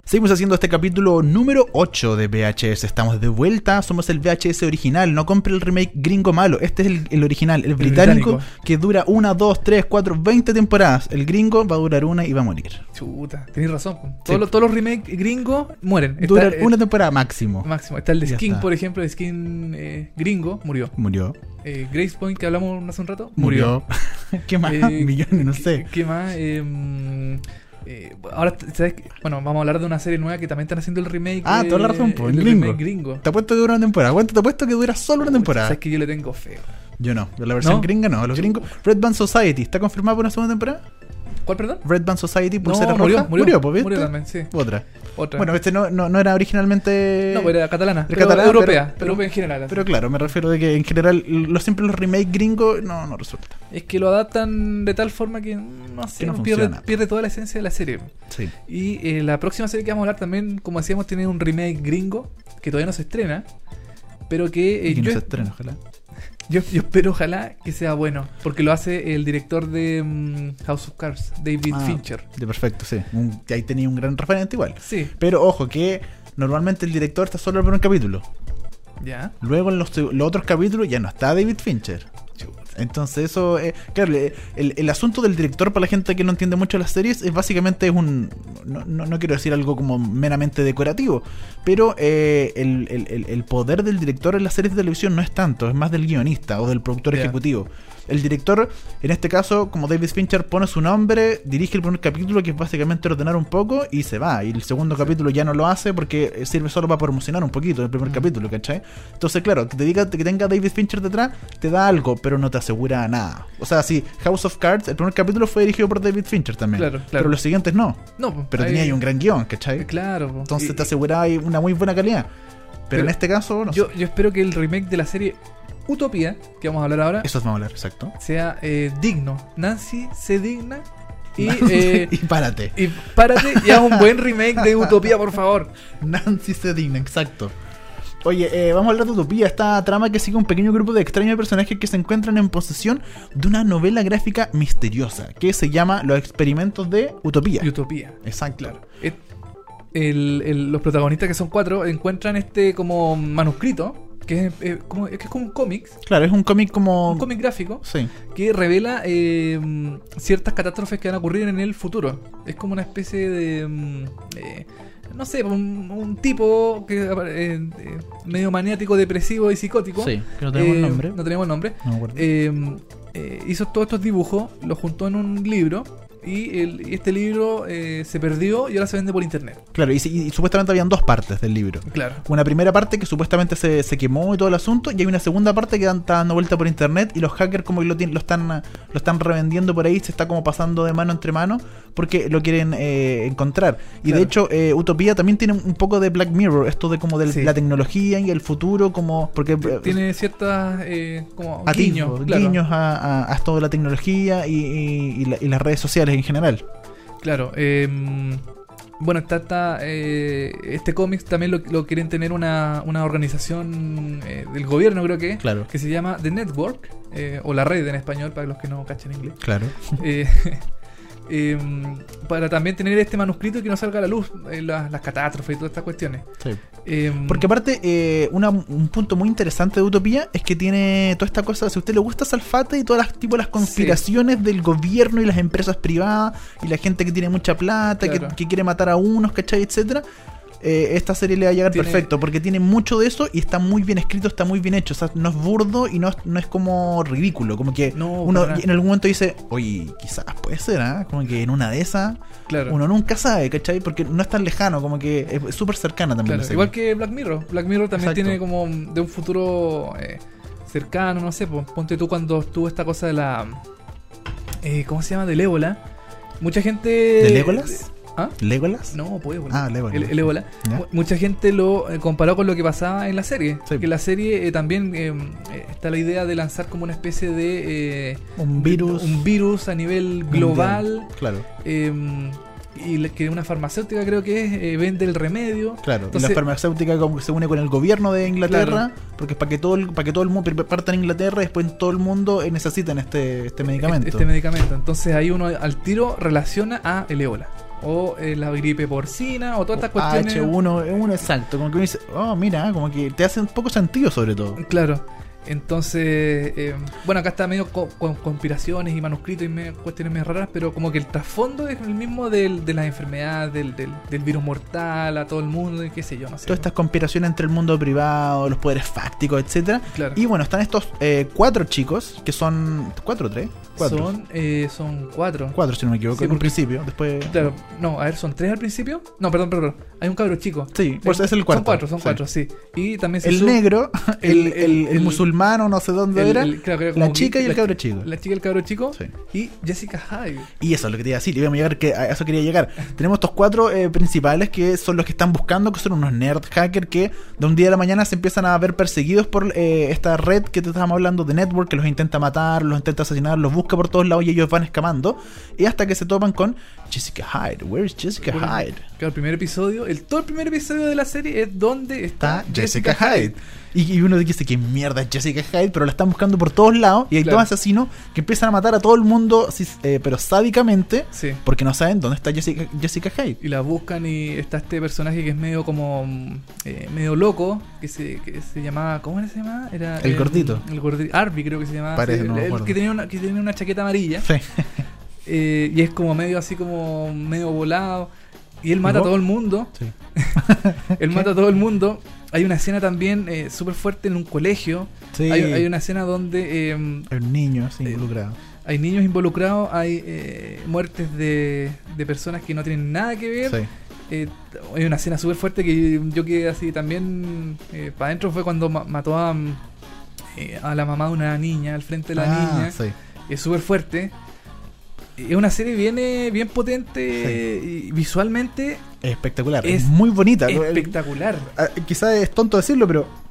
C: Seguimos haciendo este capítulo número 8 de VHS. Estamos de vuelta. Somos el VHS original. No compre el remake gringo malo. Este es el, el original, el británico,
B: británico.
C: que dura una, dos, tres, cuatro, 20 temporadas. El gringo va a durar una y va a morir.
B: Chuta, tenés razón. po. Todos, los, todos los remakes gringos mueren. Está
C: Durar
B: el-
C: una temporada máximo.
B: Máximo. Está el de
C: Ya
B: Skin,
C: está.
B: por ejemplo, el Skin eh, gringo murió.
C: Murió.
B: Eh, Grace Point, que hablamos hace un rato, murió.
C: Murió. ¿Qué más?
B: Eh,
C: Millones, no
B: ¿qué-
C: sé.
B: ¿Qué más? Eh, eh, ahora, ¿sabes? qué? Bueno, vamos a hablar de una serie nueva que también están haciendo el remake.
C: Ah, toda la
B: eh,
C: razón, po,
B: el
C: el gringo. Ah.
B: remake gringo.
C: Te apuesto que dura una temporada. ¿Cuánto te apuesto que dura solo una temporada?
B: Sabes que yo le tengo feo.
C: Yo no. La versión
B: ¿No?
C: gringa no. Los gringos. Red Band Society. ¿Está confirmada por una segunda temporada?
B: ¿Cuál, perdón?
C: Red Band Society, pulsera
B: murió,
C: roja.
B: murió.
C: pues, ¿viste?
B: Murió también, sí.
C: Otra.
B: Otra.
C: Bueno, este no, no, no era originalmente.
B: no, pero era catalana.
C: era
B: Pero
C: catalán,
B: europea,
C: pero- pero-
B: europea en general. así.
C: Pero claro, me refiero de que en general los, siempre los remakes gringos no, no resulta.
B: es que lo adaptan de tal forma que mm, no sé,
C: Que no
B: pierde,
C: funciona.
B: pierde toda la esencia de la serie.
C: Sí.
B: Y eh, la próxima serie que vamos a hablar también, como decíamos, tiene un remake gringo que todavía no se estrena. Pero que eh,
C: Y que no
B: yo,
C: se estrena, ojalá.
B: yo- yo espero, ojalá, que sea bueno. Porque lo hace el director de mm, House of Cards, David
C: Ah,
B: Fincher.
C: De perfecto, sí. Un- ahí tenía un gran referente igual.
B: Sí,
C: Pero ojo, que normalmente el director está solo por un capítulo.
B: ya.
C: Luego en los, los otros capítulos ya no está David Fincher. Entonces eso, eh, claro, eh, el, el asunto del director para la gente que no entiende mucho las series es básicamente es un, no, no- no quiero decir algo como meramente decorativo, pero eh, el, el- el- el poder del director en las series de televisión no es tanto, es más del guionista o del productor
B: Ya.
C: ejecutivo. El director, en este caso, como David Fincher, pone su nombre, dirige el primer capítulo que es básicamente ordenar un poco y se va. Y el segundo capítulo ya no lo hace porque eh, sirve solo para promocionar un poquito el
B: Mm.
C: primer capítulo, ¿cachai? Entonces, claro, que, te diga, que tenga David Fincher detrás te da algo, pero no te asegura nada. O sea, sí, House of Cards, el primer capítulo fue dirigido por David Fincher también.
B: Claro, claro.
C: Pero los siguientes no.
B: No, pues,
C: Pero
B: ahí-
C: tenía ahí un gran guión, ¿cachai?
B: Claro. pues.
C: Entonces
B: Y-
C: te aseguraba ahí una muy buena calidad. Pero,
B: Pero
C: en este caso, no
B: yo,
C: sé.
B: yo espero que el remake de la serie Utopía, que vamos a hablar ahora,
C: Eso vamos a hablar, exacto.
B: sea eh, digno. Nancy se digna y, eh,
C: y párate.
B: y párate y haz un buen remake de Utopía, por favor.
C: Nancy se digna, exacto. Oye, eh, vamos a hablar de Utopía, esta trama que sigue un pequeño grupo de extraños personajes que se encuentran en posesión de una novela gráfica misteriosa que se llama Los experimentos de Utopía.
B: Utopía.
C: Exacto.
B: Claro. Et- el- el- los protagonistas, que son cuatro, encuentran este como manuscrito, que es, eh, como, es que es como un cómic,
C: Claro, es un cómic como...
B: un cómic gráfico,
C: Sí.
B: que revela eh, ciertas catástrofes que van a ocurrir en el futuro. Es como una especie de... mm, eh, no sé, un, un tipo que, eh, eh, medio maniático, depresivo y psicótico.
C: que no
B: Eh, No tenemos nombre.
C: No me acuerdo.
B: eh, eh, hizo todos estos dibujos, los juntó en un libro y, el- y este libro eh, se perdió y ahora se vende por internet.
C: Claro, y, si- y supuestamente habían dos partes del libro.
B: Claro.
C: Una primera parte que supuestamente se, se quemó y todo el asunto, y hay una segunda parte que dan- está dando vuelta por internet y los hackers como que lo, tienen- lo están eh, lo están revendiendo por ahí, se está como pasando de mano entre mano porque lo quieren eh, encontrar. Y
B: Claro.
C: de hecho, eh, Utopía también tiene un poco de Black Mirror, esto de como de
B: Sí.
C: la tecnología y el futuro, como porque eh,
B: Tiene ciertas eh, como
C: atisbos,
B: guiños, claro,
C: guiños a, a, a toda la tecnología y, y- y la- y las redes sociales en general.
B: claro. Eh, bueno, está, está, eh, este cómic también lo, lo quieren tener una, una organización eh, del gobierno, creo que, es,
C: Claro.
B: que se llama The Network, eh, o la red en español, para los que no cachan inglés.
C: Claro.
B: Eh, em, para también tener este manuscrito y que no salga a la luz eh, las, las catástrofes y todas estas cuestiones. Em,
C: Porque aparte, eh, una- un punto muy interesante de Utopía es que tiene toda esta cosa, si a usted le gusta Salfate y todas las tipo las conspiraciones del gobierno y las empresas privadas y la gente que tiene mucha plata, que-
B: Claro.
C: que, quiere matar a unos, ¿cachai? etcétera. eh, esta serie le va a llegar
B: Tiene-
C: perfecto porque tiene mucho de eso y está muy bien escrito, está muy bien hecho. O sea, no es burdo y no es, no es como ridículo. Como que
B: No,
C: uno
B: para nada.
C: en algún momento dice, oye, quizás puede ser, ¿ah? Como que en una de esas
B: claro,
C: uno nunca sabe, ¿cachai? Porque no es tan lejano, como que es súper cercana
B: claro,
C: también. la serie.
B: igual que Black Mirror. Black Mirror también
C: Exacto.
B: tiene como un- de un futuro eh, cercano, no sé. po- Ponte tú cuando estuvo esta cosa de la. eh, ¿Cómo se llama? Del ébola. Mucha gente.
C: ¿De Legolas?
B: ¿Ah?
C: ¿Legolas?
B: No, pues ébola.
C: Ah, el ébola.
B: El, el ébola.
C: Ya.
B: Mu- Mucha gente lo eh, comparó con lo que pasaba en la serie.
C: Sí.
B: Que la serie eh, también eh, eh, está la idea de lanzar como una especie de. eh,
C: Un virus.
B: Un virus a nivel global.
C: Claro.
B: eh, y la- que una farmacéutica creo que es, eh, vende el remedio.
C: Claro,
B: Entonces,
C: la farmacéutica como que se une con el gobierno de Inglaterra, porque es para que todo el, para que todo el mundo parta en Inglaterra y después todo el mundo eh, necesitan este, este medicamento.
B: este, este medicamento. Entonces ahí uno al tiro relaciona a el ébola. O eh, la gripe porcina, o todas estas cuestiones.
C: H1, exacto. Como que uno dice, oh, mira, como que te hace un poco sentido sobre todo.
B: Claro. Entonces, eh, bueno, acá está medio co- con conspiraciones y manuscritos y medio- cuestiones medio raras, pero como que el trasfondo es el mismo del, de las enfermedades, del, del, del virus mortal a todo el mundo y qué sé yo, no sé.
C: Todas estas conspiraciones entre el mundo privado, los poderes fácticos, etcétera.
B: Claro.
C: Y bueno, están estos eh, cuatro chicos, que son. ¿Cuatro o tres? Cuatro.
B: Son, eh, son cuatro.
C: Cuatro, si no me equivoco,
B: Sí,
C: en un
B: porque-
C: principio. Después.
B: Claro, no, a ver, son tres al principio. No, perdón, perdón, perdón. Hay un cabro chico.
C: Sí, pues es el cuarto.
B: Son cuatro, son
C: Sí.
B: cuatro, sí. Y también se
C: El
B: sub-
C: negro, el,
B: el-
C: el, el
B: el-
C: musulmano, no sé dónde
B: el-
C: era.
B: el- claro, que era
C: la
B: como
C: chica y
B: la
C: el
B: chi-
C: cabro chico.
B: La chica y el cabro chico.
C: Sí.
B: Y Jessica Hyde.
C: Y eso es lo que te iba a decir, y vamos a llegar que a eso quería llegar. Tenemos estos cuatro eh, principales que son los que están buscando, que son unos nerd hackers que de un día a la mañana se empiezan a ver perseguidos por eh, esta red que te estábamos hablando de Network, que los intenta matar, los intenta asesinar, los busca por todos lados y ellos van escamando. Y hasta que se topan con Jessica Hyde. Where is Jessica
B: Bueno,
C: Hyde?
B: Claro, el primer episodio, el todo el primer episodio de la serie es donde está,
C: Está Jessica Hyde. Y, y uno dice que mierda es Jessica Hyde, pero la están buscando por todos lados. Y hay
B: Claro.
C: dos asesinos que empiezan a matar a todo el mundo, sí, eh, pero sádicamente.
B: Sí.
C: Porque no saben dónde está Jessica, Jessica Hyde.
B: Y la buscan y está este personaje que es medio como mm, eh, medio loco, que se, que se llamaba, ¿cómo era que se llamaba? Era eh,
C: El gordito.
B: El gordito, Arby creo que se llamaba.
C: Parece, no me
B: el- el
C: acuerdo.
B: que tenía una, que tenía una chaqueta amarilla.
C: Sí.
B: eh, y es como medio así como medio volado. Y él mata a
C: ¿No?
B: todo el mundo. Él mata a todo el mundo. Hay una escena también eh, súper fuerte en un colegio.
C: Sí.
B: Hay, hay una escena donde eh,
C: Hay un niño así
B: Eh,
C: involucrado.
B: hay niños involucrados, hay eh, muertes de, de personas que no tienen nada que ver.
C: Sí.
B: Eh, hay una escena súper fuerte que yo quedé así también para adentro fue cuando ma- mató a, mm, eh, a la mamá de una niña, al frente de la
C: Ah,
B: niña.
C: sí.
B: Es súper fuerte. Es una serie bien, eh, bien potente y visualmente
C: Es espectacular.
B: Es
C: Es muy bonita. Ah,
B: espectacular.
C: Quizás es tonto decirlo, pero.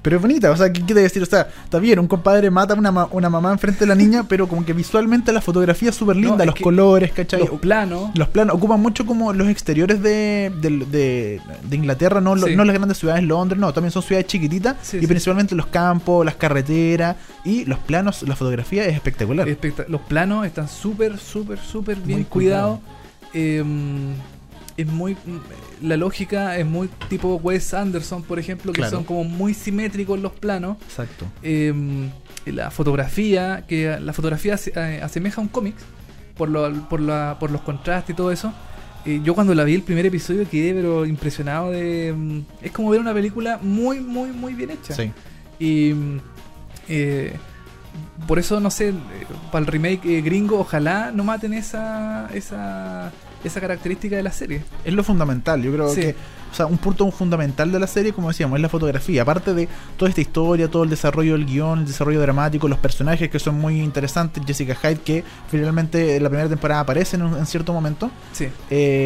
C: Pero es bonita, o sea, ¿qué quiere decir? O sea, está bien, un compadre mata a una, ma- una mamá enfrente de la niña, pero como que visualmente la fotografía es súper
B: No,
C: linda,
B: es
C: los
B: que
C: colores, ¿cachai?
B: Los planos.
C: Los planos ocupan mucho como los exteriores de, del- de- de Inglaterra, no, lo-
B: Sí.
C: no las grandes ciudades, Londres, no, también son ciudades chiquititas
B: Sí,
C: y
B: sí.
C: principalmente los campos, las carreteras y los planos, la fotografía es espectacular.
B: Especta- los planos están súper, súper, súper bien
C: Muy
B: cuidados. Eh, es muy. La lógica es muy tipo Wes Anderson, por ejemplo, que
C: Claro.
B: son como muy simétricos los planos.
C: Exacto.
B: Eh, la fotografía, que la fotografía ase- eh, asemeja a un cómic por, lo- por, la- por los contrastes y todo eso. Eh, yo cuando la vi el primer episodio quedé pero impresionado de... mm, Es como ver una película muy, muy, muy bien hecha.
C: Sí.
B: Y mm, eh, por eso, no sé, para el remake eh, gringo, ojalá no maten esa, esa, esa característica de la serie.
C: Es lo fundamental, yo creo
B: Sí.
C: que... O sea, un punto fundamental de la serie, como decíamos, es la fotografía. Aparte de toda esta historia, todo el desarrollo del guión, el desarrollo dramático, los personajes que son muy interesantes, Jessica Hyde, que finalmente en la primera temporada aparece en, un- en cierto momento.
B: Sí,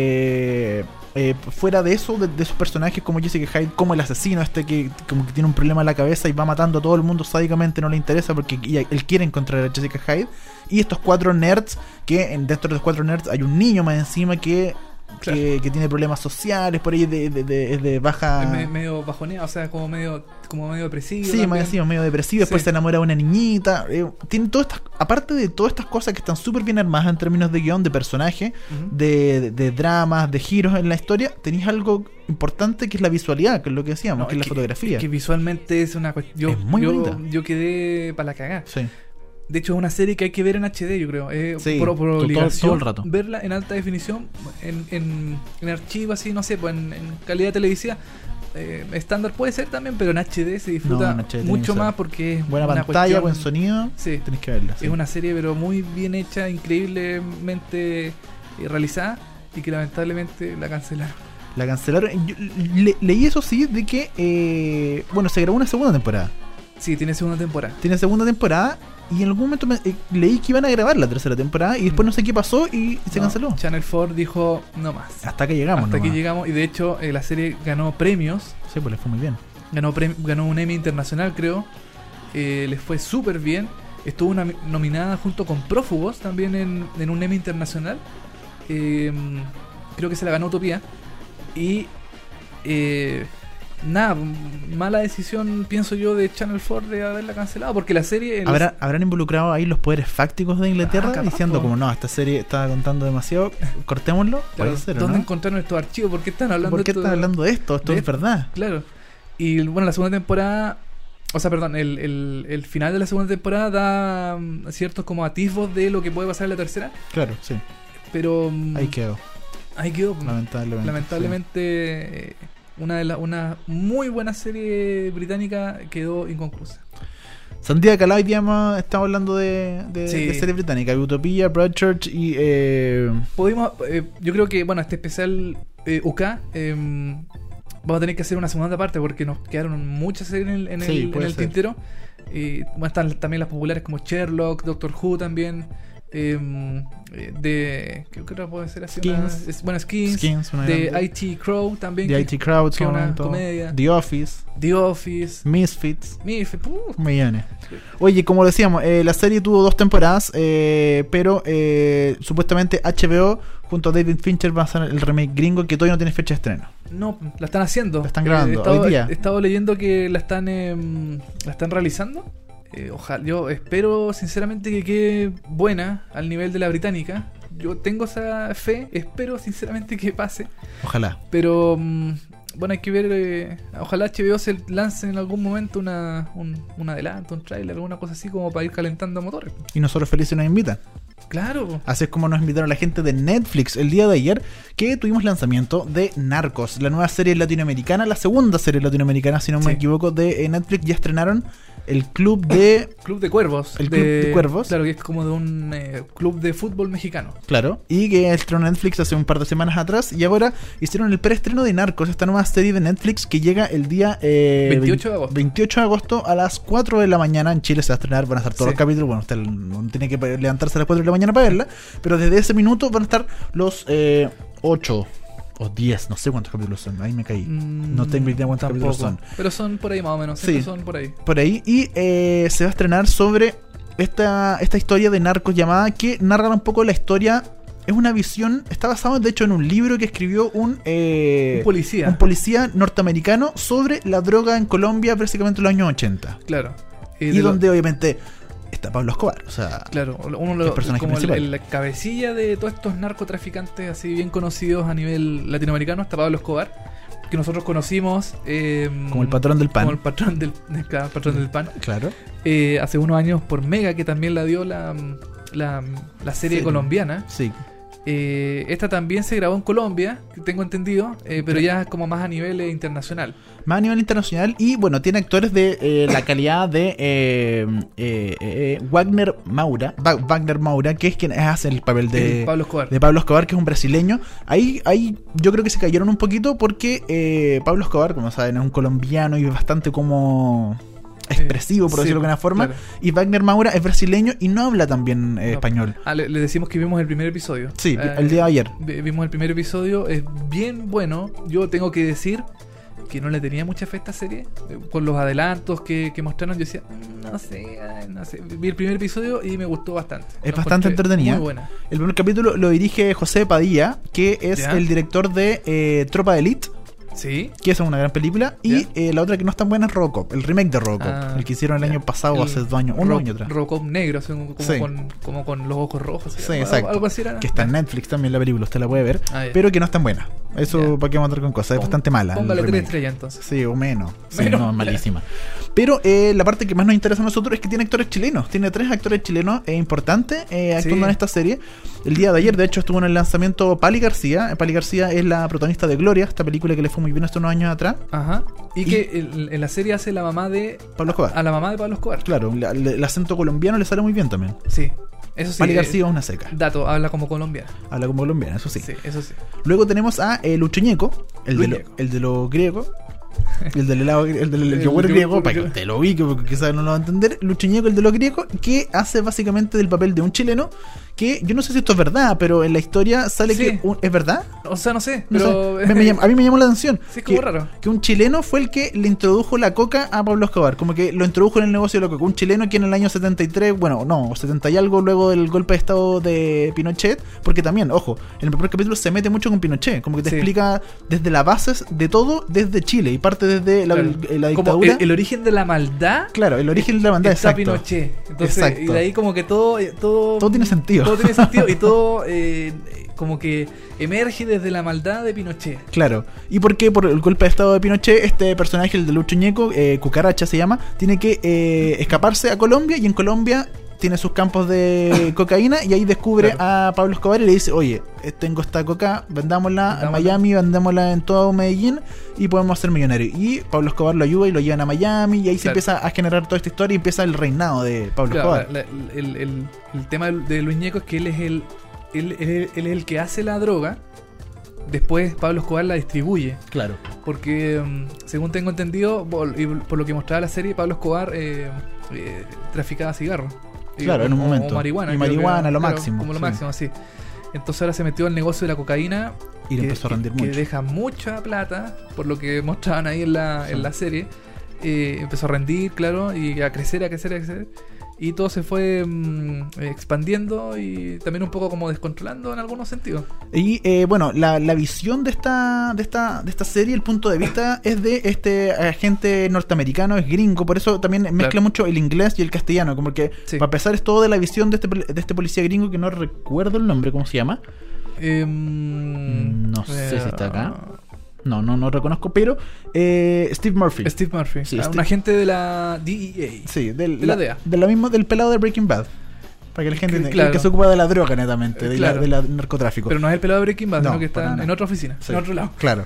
C: Eh, eh, fuera de eso, de, de sus personajes como Jessica Hyde, como el asesino este que como que tiene un problema en la cabeza y va matando a todo el mundo sádicamente, no le interesa porque y- él quiere encontrar a Jessica Hyde. Y estos cuatro nerds, que en- dentro de los cuatro nerds hay un niño más encima que,
B: Claro.
C: que, que tiene problemas sociales, por ahí de, de- de- es de baja...
B: es me- medio bajoneado, o sea, como medio, como medio depresivo.
C: Sí, más
B: también.
C: encima, medio depresivo, después
B: Sí.
C: se enamora de una niñita. eh, tiene todas estas, aparte de todas estas cosas que están súper bien armadas en términos de guión, de personaje,
B: Ujú.
C: de, de- de dramas, de giros en la historia, tenéis algo importante que es la visualidad, que es lo que decíamos,
B: No,
C: que es, la fotografía.
B: es que visualmente es una cuestión. Yo,
C: Es muy
B: yo-
C: bonita.
B: yo quedé para la cagada.
C: Sí.
B: De hecho, es una serie que hay que ver en HD, yo creo. Eh,
C: Sí,
B: por, por
C: todo- todo-
B: obligación.
C: todo el rato.
B: Verla en alta definición, en, en, en archivo así, no sé, pues en, en calidad televisiva. eh, estándar puede ser también, pero en HD se disfruta
C: en HD tiene que
B: mucho
C: ser.
B: más porque es
C: Buena
B: una
C: pantalla,
B: cuestión-
C: buen sonido.
B: Sí,
C: Tenéis que verla. sí.
B: es una serie pero muy bien hecha, increíblemente eh, realizada y que lamentablemente la cancelaron.
C: La cancelaron. Yo le- leí eso sí de que, eh, bueno, se grabó una segunda temporada.
B: Sí, tiene segunda temporada.
C: Tiene segunda temporada y en algún momento me- eh, leí que iban a grabar la tercera temporada y después no sé qué pasó y se
B: Mm. No,
C: canceló.
B: Channel 4 dijo no más.
C: Hasta que llegamos.
B: Hasta aquí
C: nomás.
B: llegamos y de hecho eh, la serie ganó premios
C: Sí, pues le fue muy bien.
B: ganó, prem- ganó un Emmy internacional, creo. Eh, les fue súper bien. Estuvo una- nominada junto con Prófugos también en, en un Emmy internacional. eh, creo que se la ganó Utopía. Y eh, nada, mala decisión, pienso yo, de Channel 4 de haberla cancelado, porque la serie... en
C: ¿Habrá- ¿Habrán involucrado ahí los poderes fácticos de Inglaterra?
B: Ah, capaz,
C: diciendo
B: po.
C: como, no, esta serie está contando demasiado, cortémoslo.
B: Claro,
C: Puede ser, ¿o
B: ¿Dónde
C: ¿no?
B: encontraron estos archivos? ¿Por qué están hablando
C: ¿Por qué
B: esto?
C: estás hablando de esto? Esto
B: de-
C: es verdad.
B: Claro. Y bueno, la segunda temporada. O sea, perdón, el, el- el final de la segunda temporada da mm, ciertos como atisbos de lo que puede pasar en la tercera,
C: Claro, sí.
B: pero. mm,
C: Ahí quedó,
B: ahí quedó. pues.
C: lamentablemente.
B: Lamentablemente, eh, una, de la, una muy buena serie británica quedó inconclusa.
C: sí. Sandía Calá, hoy día hemos estado hablando de, de,
B: Sí.
C: de serie británica. Utopía, Broadchurch y... Eh,
B: Podemos, eh, yo creo que, bueno, este especial eh, UK em, vamos a tener que hacer una segunda parte porque nos quedaron muchas series en el, en
C: Sí,
B: el- en
C: puede
B: el
C: ser.
B: tintero. Y bueno, están también las populares como Sherlock, Doctor Who también. em, eh, de. ¿Qué otra puede ser así? Una-
C: Skins.
B: es- bueno, Skins.
C: Skins, una
B: de
C: grande-
B: IT Crow también.
C: The
B: que-
C: IT Crowd,
B: que
C: un
B: una
C: momento,
B: comedia.
C: The Office,
B: The
C: Mm.
B: Office.
C: Misfits.
B: Miff, puh,
C: Millones. Oye, como decíamos, eh, la serie tuvo dos temporadas, eh, pero eh, supuestamente HBO junto a David Fincher va a hacer el remake gringo que todavía no tiene fecha de estreno.
B: No, la están haciendo. Eh,
C: La están grabando,
B: he, estado,
C: hoy día.
B: he estado leyendo que la están em, la están realizando. Eh, ojalá, yo espero sinceramente que quede buena al nivel de la británica. Yo tengo esa fe, espero sinceramente que pase.
C: Ojalá.
B: Pero mm, bueno, hay que ver. eh, ojalá HBO se lance en algún momento una, un, un adelanto, un trailer, alguna cosa así como para ir calentando motores.
C: Y nosotros felices nos invitan.
B: Claro,
C: Así es como nos invitaron la gente de Netflix el día de ayer, que tuvimos lanzamiento de Narcos, la nueva serie latinoamericana, la segunda serie latinoamericana, si no me
B: Sí.
C: equivoco, de eh, Netflix. Ya estrenaron el club de
B: Club de Cuervos.
C: El Club de Cuervos.
B: Claro, que es como de un eh, club de fútbol mexicano.
C: Claro. Y que estrenó Netflix hace un par de semanas atrás. Y ahora hicieron el preestreno de Narcos, esta nueva serie de Netflix que llega el día eh,
B: 28 de agosto.
C: 28 de agosto a las 4 de la mañana. En Chile se va a estrenar, van a estar todos
B: Sí.
C: los capítulos. Bueno, usted no tiene que levantarse a las 4 de la mañana para verla. Pero desde ese minuto van a estar los 8 o 10, no sé cuántos capítulos son. Ahí me caí. No tengo idea cuántos capítulos son.
B: Mm, Pero son por ahí más o menos.
C: Sí.
B: estos Son por ahí.
C: por ahí y eh, se va a estrenar sobre esta, esta historia de narcos llamada que narra un poco la historia. Es una visión, está basado de hecho en un libro que escribió un, eh,
B: Un policía.
C: un policía norteamericano sobre la droga en Colombia básicamente en los años 80.
B: claro. Eh,
C: Y,
B: de lo-
C: donde obviamente está Pablo Escobar. O sea,
B: Claro, uno
C: el
B: lo,
C: personaje
B: como el,
C: principal.
B: el cabecilla de todos estos narcotraficantes así bien conocidos a nivel latinoamericano, hasta Pablo Escobar, que nosotros conocimos eh,
C: como el patrón del pan.
B: como el patrón del, claro, patrón del pan,
C: Claro.
B: eh, hace unos años por Mega, que también la dio la, la, la serie
C: Serie.
B: colombiana.
C: Sí.
B: Eh, esta también se grabó en Colombia, tengo entendido, eh, pero ya como más a nivel eh, internacional.
C: Más a nivel internacional y bueno, tiene actores de eh, la calidad de eh, eh, eh, Wagner Maura. Wa- Wagner Maura, que es quien hace el papel de
B: Eh, Pablo Escobar.
C: de Pablo Escobar, que es un brasileño. Ahí, ahí yo creo que se cayeron un poquito porque eh, Pablo Escobar, como saben, es un colombiano y es bastante como expresivo, por
B: sí, pues,
C: decirlo de alguna forma.
B: claro.
C: Y Wagner Maura es brasileño y no habla también eh,
B: No.
C: español.
B: Ah, le, le decimos que vimos el primer episodio.
C: Sí,
B: Eh,
C: el día de ayer.
B: vi- Vimos el primer episodio, es bien bueno. Yo tengo que decir que no le tenía mucha fe a esta serie. eh, Con los adelantos que, que mostraron, yo decía, "Mm, no sé, ay, no sé. Vi el primer episodio y me gustó bastante.
C: Es
B: La
C: bastante
B: encontré
C: entretenida.
B: Muy buena.
C: El primer capítulo lo dirige José Padilla, que es
B: Ya.
C: el director de eh, Tropa de Elite.
B: Sí.
C: Que es una gran película. Y
B: Ya.
C: eh, la otra que no es tan buena es Robocop, el remake de Robocop.
B: Ah,
C: el que hicieron el
B: ya.
C: año pasado o hace dos años, un
B: Ro-
C: año atrás.
B: Robocop negro, así como, como
C: Sí.
B: con, como con los ojos rojos. así,
C: Sí,
B: algo-
C: exacto.
B: Algo así era.
C: Que está en Netflix también la película, usted la puede ver.
B: Ah, ya.
C: pero que no es tan buena. Eso,
B: Ya.
C: ¿para qué vamos a andar con cosas? Es
B: Pon-
C: bastante mala. el
B: Póngale tres
C: remake.
B: estrellas entonces.
C: Sí, o menos. Sí,
B: Menos.
C: no, es malísima. Pero eh, la parte que más nos interesa a nosotros es que tiene actores chilenos. Tiene tres actores chilenos eh, importantes eh,
B: Sí.
C: actuando en esta serie. El día de ayer, de hecho, estuvo en el lanzamiento Pali García. Eh, Pali García es la protagonista de Gloria, esta película que le fue muy bien hace unos años atrás.
B: Ajá. Y, que en- en la serie hace la mamá de.
C: Pablo Escobar.
B: A la mamá de Pablo Escobar.
C: Claro, la- la- el acento colombiano le sale muy bien también.
B: Sí. Eso sí.
C: Pali
B: eh,
C: García es una seca.
B: Dato, habla como colombiana.
C: Habla como colombiana, eso sí.
B: Sí, eso sí.
C: Luego tenemos a eh, Lucheñeco, el de, lo-
B: Lucheñeco.
C: el de los griegos. el del helado, el del
B: El
C: yogur
B: yogur
C: griego,
B: griego.
C: para que te lo ubique, porque quizás no lo va a entender. Luchiñeco, el de los griegos, que hace básicamente del papel de un chileno, que yo no sé si esto es verdad, pero en la historia sale
B: Sí.
C: que... un- ¿Es verdad?
B: O sea, no sé,
C: No
B: pero.
C: sé, me- me llam- a mí me llamó la atención.
B: Sí, es
C: que,
B: como raro.
C: que un chileno fue el que le introdujo la coca a Pablo Escobar. Como que lo introdujo en el negocio de la coca. Un chileno que en el año 73, bueno, no, 70 y algo, luego del golpe de estado de Pinochet. Porque también, ojo, en el primer capítulo se mete mucho con Pinochet. Como que te
B: Sí.
C: explica desde las bases de todo, desde Chile. Y parte desde la, eh,
B: Claro.
C: la
B: Como
C: dictadura.
B: el, el origen de la maldad.
C: claro, el origen de la banda,
B: está
C: exacto.
B: Pinochet. Entonces,
C: Exacto.
B: y de ahí como que todo, eh, todo...
C: Todo tiene sentido.
B: Todo tiene sentido y todo eh, como que emerge desde la maldad de Pinochet.
C: Claro. ¿Y por qué? Por el golpe de estado de Pinochet, este personaje, el de Luchuñeco, eh, Cucaracha se llama, tiene que eh, escaparse a Colombia y en Colombia tiene sus campos de cocaína y ahí descubre a Pablo Escobar y le dice, oye, eh, tengo esta coca, vendámosla en
B: Vendámosla.
C: Miami, vendámosla en todo Medellín y podemos ser millonarios. Y Pablo Escobar lo ayuda y lo llevan a Miami y ahí se
B: Claro.
C: empieza a generar toda esta historia y empieza el reinado de Pablo
B: Claro,
C: Escobar.
B: la- la- el, el- el tema de- de Luis Ñeco es que él es el, él- él- él es el que hace la droga. Después Pablo Escobar la distribuye.
C: Claro.
B: Porque, mm, según tengo entendido, por, y por lo que mostraba la serie, Pablo Escobar eh, eh, traficaba cigarros. Eh,
C: Claro, en un
B: o-
C: momento.
B: O marihuana.
C: Y
B: creo que
C: marihuana,
B: era,
C: lo máximo,
B: Como lo
C: sí.
B: máximo, sí. Entonces ahora se metió al negocio de la cocaína.
C: Y le empezó a rendir
B: que
C: mucho.
B: deja mucha plata, por lo que mostraban ahí en la, en la serie. Eh, empezó a rendir, claro, y a crecer, a crecer, a crecer. Y todo se fue mm, expandiendo y también un poco como descontrolando en algunos sentidos.
C: Y eh, bueno, la, la visión de esta, de esta de esta serie, el punto de vista es de este agente norteamericano, es gringo, por eso también mezcla
B: Claro.
C: mucho el inglés y el castellano, como que
B: Sí.
C: para empezar es todo de la visión de este, pol- de este policía gringo que no recuerdo el nombre, ¿cómo se llama?
B: Em,
C: No sé si está acá.
B: eh,
C: No, no, no reconozco, pero eh, Steve Murphy.
B: Steve Murphy,
C: Sí,
B: ah,
C: Steve-
B: un agente de la E DEA.
C: Sí, del,
B: De la DEA.
C: de lo mismo del pelado de Breaking Bad. Para que la gente
B: Que-
C: entienda, el
B: claro.
C: que se ocupa de la droga netamente, de
B: Claro.
C: la, del narcotráfico.
B: Pero no es el pelado de Breaking Bad,
C: No,
B: sino que
C: para
B: está
C: nada.
B: en otra oficina,
C: Sí.
B: en otro lado.
C: Claro.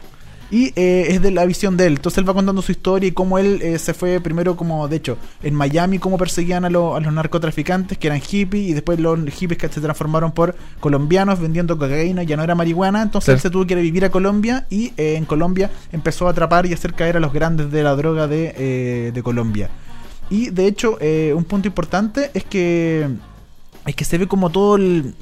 C: Y eh, es de la visión de él. Entonces él va contando su historia y cómo él eh, se fue primero, como de hecho, en Miami, cómo perseguían a, lo- a los narcotraficantes que eran hippies y después los hippies que se transformaron por colombianos vendiendo cocaína, ya no era marihuana. Entonces
B: Sí.
C: él se tuvo que ir a vivir a Colombia y eh, en Colombia empezó a atrapar y hacer caer a los grandes de la droga de, eh, de Colombia. Y de hecho, eh, un punto importante es que, es que se ve como todo el,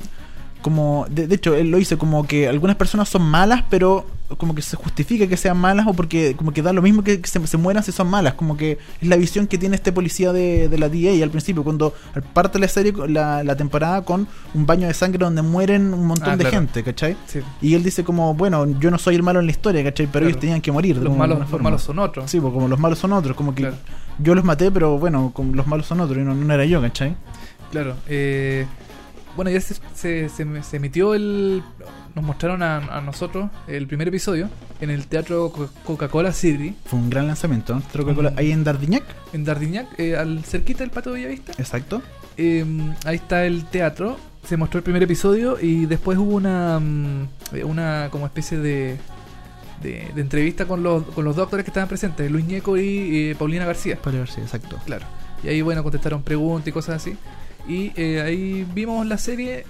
C: como de, de hecho él lo dice como que algunas personas son malas pero como que se justifica que sean malas o porque como que da lo mismo que, que se, se mueran si son malas como que es la visión que tiene este policía de, de la DA al principio cuando parte la serie la, la temporada con un baño de sangre donde mueren un montón
B: Ah,
C: de
B: claro.
C: gente ¿cachai?
B: Sí.
C: y él dice como bueno yo no soy el malo en la historia ¿cachai? pero ellos
B: Claro.
C: tenían que morir de
B: Los
C: alguna
B: malos, los
C: forma.
B: malos son otros.
C: sí pues como los malos son otros como que
B: Claro.
C: yo los maté pero bueno como los malos son otros y no, no era yo ¿cachai?
B: Claro. eh, bueno, ya se, se- se- se emitió el. Nos mostraron a, a nosotros el primer episodio en el teatro Co- Coca-Cola City,
C: fue un gran lanzamiento ¿no?
B: Mm.
C: ahí en Dardignac
B: en Dardignac, eh, al cerquita del Pato Bellavista.
C: exacto
B: Eh, ahí está el teatro. Se mostró el primer episodio y después hubo una, mm, eh, una como especie de, de, de entrevista con los, con los doctores que estaban presentes, Luis Ñeco y eh, Paulina García.
C: Para ver si, exacto.
B: Claro. Y ahí, bueno, contestaron preguntas y cosas así. Y eh, ahí vimos la serie.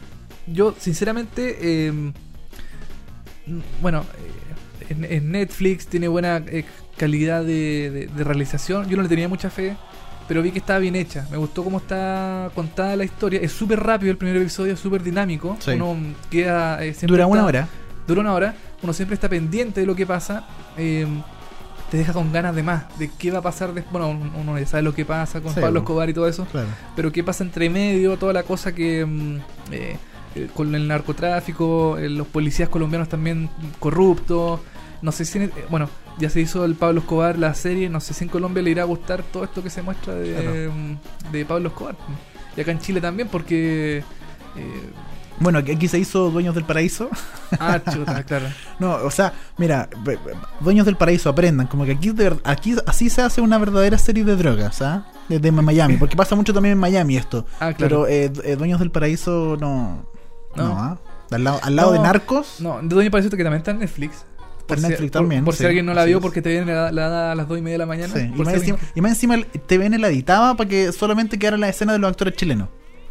B: Yo, sinceramente, eh, mm, bueno, eh, en, en Netflix tiene buena eh, calidad de, de- de realización. Yo no le tenía mucha fe, pero vi que estaba bien hecha. Me gustó cómo está contada la historia. Es súper rápido el primer episodio, es súper dinámico.
C: Sí.
B: Uno queda. eh, siempre
C: Dura una
B: está-
C: hora.
B: dura una hora, uno siempre está pendiente de lo que pasa, eh, te deja con ganas de más, de qué va a pasar después. Bueno, un- uno ya sabe lo que pasa con
C: Sí,
B: Pablo
C: bueno.
B: Escobar y todo eso,
C: Claro.
B: pero qué pasa entre medio, toda la cosa que. mm, eh, eh, con el narcotráfico, eh, los policías colombianos también corruptos. No sé si. en el- eh, bueno, ya se hizo el Pablo Escobar la serie, no sé si en Colombia le irá a gustar todo esto que se muestra de,
C: Claro.
B: mm, de Pablo Escobar. Y acá en Chile también, porque. eh,
C: Bueno, aquí aquí se hizo Dueños del Paraíso.
B: ah, chuta, claro.
C: No, o sea, mira, be- be- Dueños del Paraíso, aprendan. Como que aquí, de ver- aquí así se hace una verdadera serie de drogas, ¿ah? Desde Miami. Porque pasa mucho también en Miami esto.
B: Ah, claro.
C: Pero eh, du- eh, Dueños del Paraíso no. No,
B: No.
C: ¿ah? Al lado, al lado de
B: No.
C: Narcos.
B: No, de Doña Parece que también está en Netflix.
C: en
B: si-
C: Netflix también,
B: Por, si
C: sí,
B: alguien no la
C: así
B: vio
C: es.
B: porque te viene la, la da a las 2 y media de la mañana.
C: Sí, Y
B: por si
C: más,
B: alguien-
C: encima, y más encima el TVN la editaba para que solamente quedara la escena de los actores chilenos.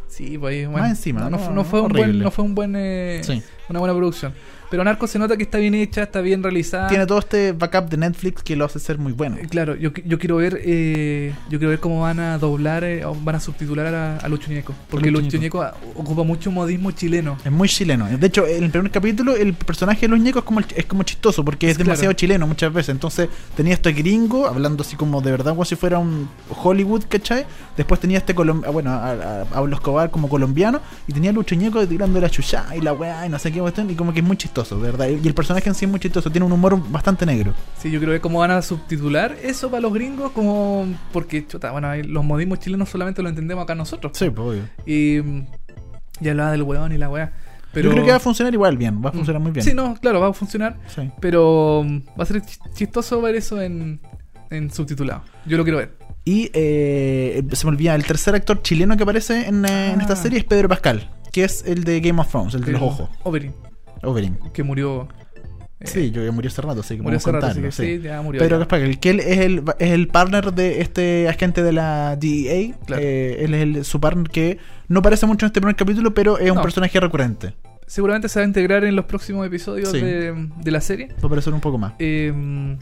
B: Sí, pues ahí, bueno,
C: Más encima,
B: No, no,
C: no,
B: no fue un
C: horrible.
B: buen, no fue un buen eh,
C: Sí.
B: una buena producción. Pero Narcos se nota que está bien hecha, está bien realizada.
C: Tiene todo este backup de Netflix que lo hace ser muy bueno.
B: Eh, Ah. Claro, yo, qui- yo quiero ver eh, yo quiero ver cómo van a doblar, eh, o van a subtitular a, a Lucho Ñeco. Porque
C: Lucho
B: Lucho, Ñeco ah, ocupa mucho modismo chileno.
C: Es muy chileno. De hecho, en el primer capítulo, el personaje de los ñecos es como, el- es como chistoso, porque es
B: Claro.
C: demasiado chileno muchas veces. Entonces, tenía este gringo, hablando así como de verdad, como si fuera un Hollywood, ¿cachai? Después tenía este, colom- ah, bueno, a, a, a Pablo Escobar como colombiano, y tenía a Lucho Ñeco tirando la chuchá y la weá, y no sé qué cuestión, y como que es muy chistoso, de ¿verdad? Y el personaje en sí es muy chistoso, tiene un humor bastante negro.
B: Sí, yo quiero ver cómo van a subtitular eso para los gringos, como porque chuta, bueno, ahí los modismos chilenos solamente lo entendemos acá nosotros.
C: pues obvio.
B: Y, mm, y hablaba del weón y la weá. Pero
C: Yo creo que va a funcionar igual bien, va a funcionar muy bien.
B: Sí, no, claro, va a funcionar.
C: Sí.
B: Pero mm, va a ser chis- chistoso ver eso en, en subtitulado. Yo lo quiero ver.
C: Y eh, se me olvida, el tercer actor chileno que aparece en, eh, en esta
B: Ah.
C: serie es Pedro Pascal, que es el de Game of Thrones, el de los
B: El-
C: ojos,
B: Oberyn,
C: Oberyn.
B: que murió. eh,
C: Sí, yo ya murió hace rato, así que
B: murió
C: vamos a
B: hace rato, así
C: contarlo,
B: que sí,
C: sí.
B: ya murió.
C: Pedro
B: ya.
C: Pascal, que él es el, es el partner de este agente de la DEA.
B: Claro.
C: eh, él es el, su partner que no aparece mucho en este primer capítulo, pero es un
B: No.
C: personaje recurrente.
B: Seguramente se va a integrar en los próximos episodios
C: Sí.
B: de, de la serie.
C: Va a aparecer un poco más.
B: Eh,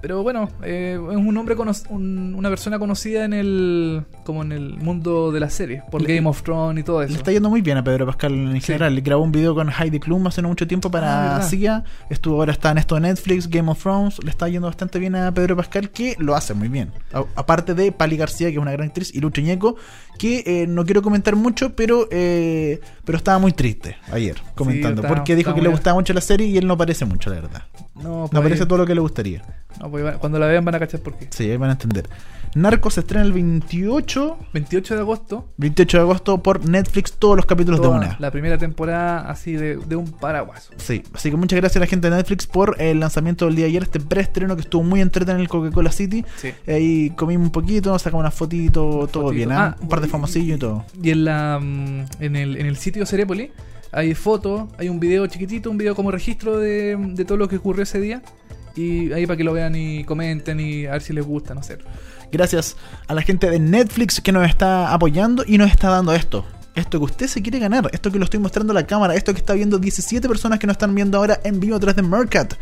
B: pero bueno, eh, es un hombre cono- un- una persona conocida en el como en el mundo de la serie, por
C: Le-
B: Game of Thrones y todo
C: Le
B: eso.
C: está yendo muy bien a Pedro Pascal en
B: Sí.
C: general. Grabó un video con Heidi Klum hace no mucho tiempo
B: Ah,
C: para
B: ¿verdad?
C: CIA. Estuvo ahora está en esto de Netflix, Game of Thrones. Le está yendo bastante bien a Pedro Pascal, que lo hace muy bien. A- aparte de Pali García, que es una gran actriz, y Lucho Ñeco, que eh, no quiero comentar mucho, pero, eh, pero estaba muy triste ayer comentando.
B: estaba-
C: porque dijo
B: estaba
C: que le
B: muy-
C: gustaba mucho la serie y él no parece mucho, la verdad.
B: No, pues,
C: No parece todo lo que le gustaría.
B: no, pues, cuando la vean van a cachar por qué.
C: Sí, ahí van a entender. Narcos se estrena el 28.
B: 28 de agosto,
C: 28 de agosto por Netflix, todos los capítulos
B: toda
C: de una.
B: la primera temporada así de, de un paraguaso.
C: Sí, así que muchas gracias a la gente de Netflix por el lanzamiento del día de ayer, este preestreno que estuvo muy entretenido en el Coca-Cola City.
B: Sí.
C: Ahí comimos un poquito, sacamos una fotito, todo
B: fotito.
C: bien, ¿ah?
B: Ah,
C: un par de
B: y-
C: famosillos y todo.
B: Y en la mm, en el, en el sitio Cerépoli hay fotos, hay un video chiquitito, un video como registro de, de todo lo que ocurrió ese día. Y ahí para que lo vean y comenten y a ver si les gusta, no sé.
C: Gracias a la gente de Netflix que nos está apoyando y nos está dando esto. Esto que usted se quiere ganar, esto que lo estoy mostrando a la cámara, esto que está viendo 17 personas que nos están viendo ahora en vivo atrás de Mercat.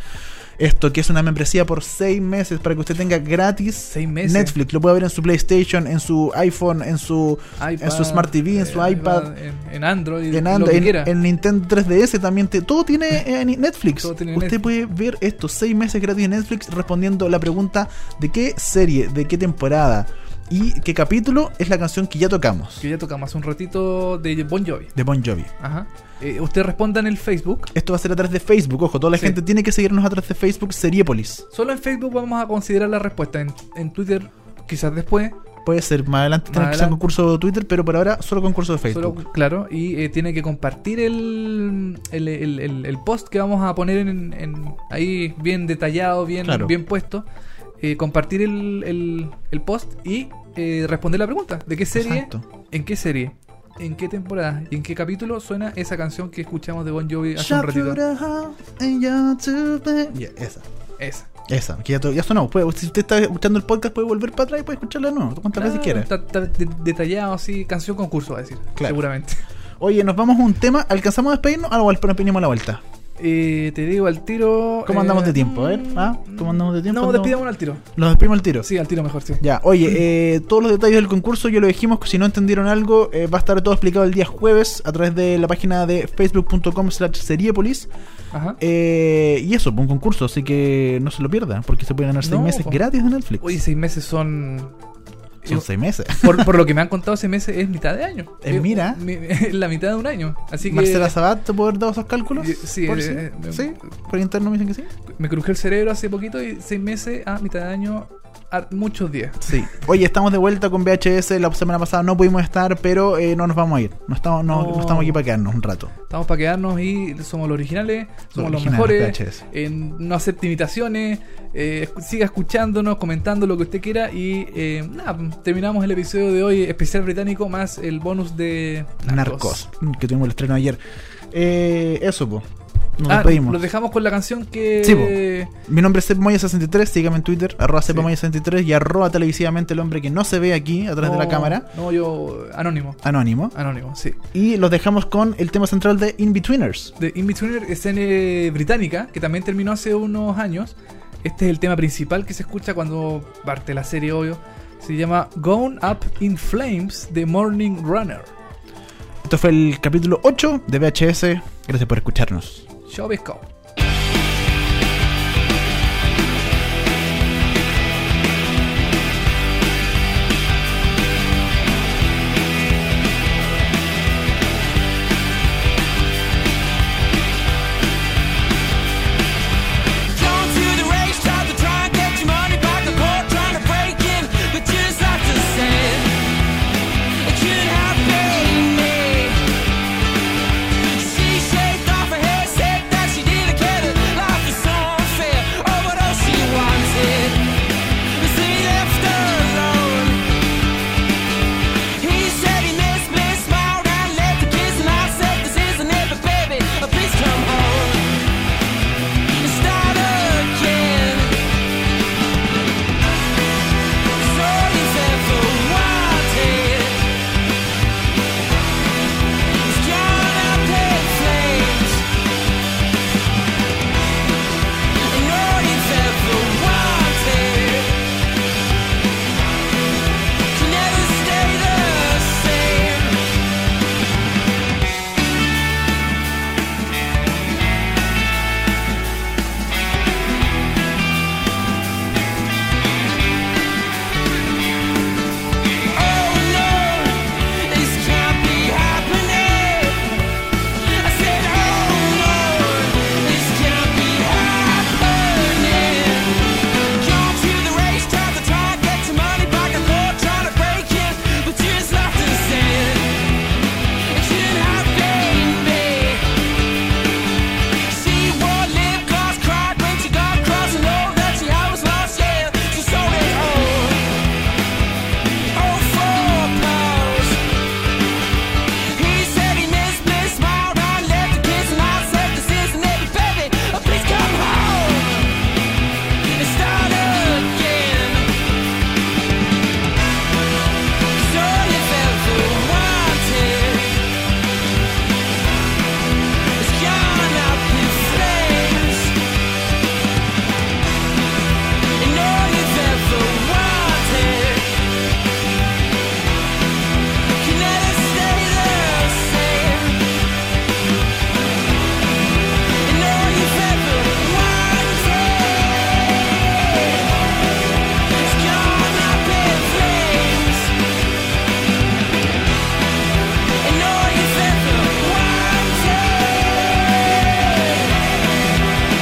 C: Esto que es una membresía por 6 meses para que usted tenga gratis
B: Seis meses.
C: Netflix. Lo puede ver en su PlayStation, en su iPhone, en su, en su Smart TV, en su
B: eh,
C: iPad.
B: en, en Android,
C: en,
B: lo
C: Android,
B: que
C: en-
B: quiera.
C: en Nintendo 3DS también te- todo tiene en Netflix.
B: Todo tiene
C: Usted
B: Netflix.
C: puede ver estos seis meses gratis en Netflix respondiendo la pregunta de qué serie, de qué temporada y qué capítulo es la canción que ya tocamos
B: Que ya tocamos hace un ratito de Bon Jovi.
C: de Bon Jovi.
B: Ajá. Eh, usted responda en el Facebook.
C: Esto va a ser atrás de Facebook, ojo, toda la
B: Sí.
C: gente tiene que seguirnos atrás de Facebook Seriepolis.
B: Solo en Facebook vamos a considerar la respuesta. En, en Twitter, quizás después.
C: Puede ser más adelante
B: Más
C: tenemos que hacer
B: adelante.
C: concurso de Twitter, pero por ahora solo concurso de
B: Solo-
C: Facebook.
B: claro, y eh, tiene que compartir el, el, el- el- el post que vamos a poner en, en- ahí bien detallado, bien,
C: Claro.
B: bien puesto. Eh, compartir el, el- el post y eh, responder la pregunta. ¿De qué serie?
C: Exacto.
B: ¿En qué serie? ¿En qué temporada? ¿Y en qué capítulo suena esa canción que escuchamos de Bon Jovi hace un
C: Shut
B: ratito?
C: your eyes and you're to blame. Ya, esa.
B: Esa.
C: Esa, que ya, to- ya sonó. Puede, si usted está escuchando el podcast, puede volver para atrás y puede escucharla de nuevo, cuantas veces
B: Claro,
C: quiera.
B: Ah, Está, está de- detallado así, canción concurso, va a decir.
C: Claro.
B: Seguramente.
C: Oye, nos vamos a un tema. ¿Alcanzamos a despedirnos? Ah, no, nos pedimos la vuelta.
B: Eh, te digo al tiro.
C: ¿Cómo
B: eh,
C: andamos de tiempo? A ver,
B: mm,
C: ¿ah? ¿Cómo andamos de tiempo?
B: No,
C: Andamos-
B: despidamos al tiro.
C: Los despedimos al tiro.
B: Sí, al tiro mejor, sí.
C: Ya, oye, eh, todos los detalles del concurso ya lo dijimos. Si no entendieron algo, eh, va a estar todo explicado el día jueves a través de la página de facebook.com/slash seriepolis.
B: Ajá.
C: Eh, y eso, un concurso, así que no se lo pierdan, porque se puede ganar seis
B: No,
C: meses
B: po.
C: gratis de Netflix.
B: Oye, seis meses son.
C: Son
B: eh,
C: seis meses.
B: Por, por lo que me han contado, seis meses es mitad de año.
C: Eh, mira.
B: mi- es la mitad de un año. Así que.
C: Marcela Sabat, ¿te puedo haber dado esos cálculos?
B: Eh, sí,
C: ¿Por
B: eh,
C: sí?
B: eh, me-
C: ¿Sí? ¿Por interno me dicen que sí?
B: Me crujé el cerebro hace poquito y seis meses a mitad de año, a muchos días.
C: Sí. Oye, estamos de vuelta con VHS. La semana pasada no pudimos estar, pero eh, no nos vamos a ir. No estamos, no,
B: No.
C: no estamos aquí para quedarnos un rato.
B: Estamos para quedarnos y somos los originales, somos los,
C: originales,
B: mejores.
C: VHS.
B: eh, no acepte imitaciones. eh, escu- siga escuchándonos, comentando lo que usted quiera. Y eh, nada, terminamos el episodio de hoy, especial británico, más el bonus de
C: mm, Narcos, que tuvimos el estreno ayer. Eh, eso, po. Nos
B: Ah,
C: despedimos.
B: los dejamos con la canción que.
C: Sí, po. Mi nombre es sepmoya63, sígame en Twitter, arroba sepmoya63 y arroba televisivamente el hombre que no se ve aquí atrás de la
B: No,
C: cámara,
B: No, yo. Anónimo.
C: anónimo.
B: Anónimo, sí.
C: Y los dejamos con el tema central de Inbetweeners.
B: The Inbetweener es en eh, británica, que también terminó hace unos años. Este es el tema principal que se escucha cuando parte la serie, obvio. Se llama Gone Up in Flames de Morning Runner.
C: Esto fue el capítulo 8 de VHS. Gracias por escucharnos.
B: Chobisco.
D: Going to the race, try to try and get your money back. The court trying to break in, but you just have to say it should have paid me. She shaved off her hair, said that she didn't care that life was so unfair. Oh, what else she wanted was to be left alone. He said he missed me, smiled and left the kiss, and I said this isn't it, but baby, oh, please come home. Start again. So he's ever wanted. He's gonna pay flames. And all he's ever wanted can never stay the same. Oh no, this can't be happening. I said, oh no, this can't be happening. Come to the race, try to try, get your money back and forth, try to break it, but you just left to say it. It shouldn't have been me. She wore lip gloss, cried when she got cross, and all that she had was lost. Yeah, she sold it all. Oh, four pounds. He said he missed me, smiled and left a kiss, and I said this isn't it, but baby, oh, please come home and start again. So if ever wanted, it's gone up in flames. And all you've ever wanted. Can never stay the same. And all you've ever wanted is gone up in flames. And all you've ever wanted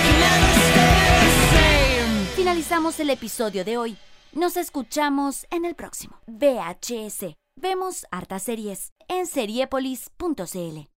D: can never stay the same.
A: Finalizamos el episodio de hoy. Nos escuchamos en el próximo. VHS. Vemos hartas series en seriepolis.cl.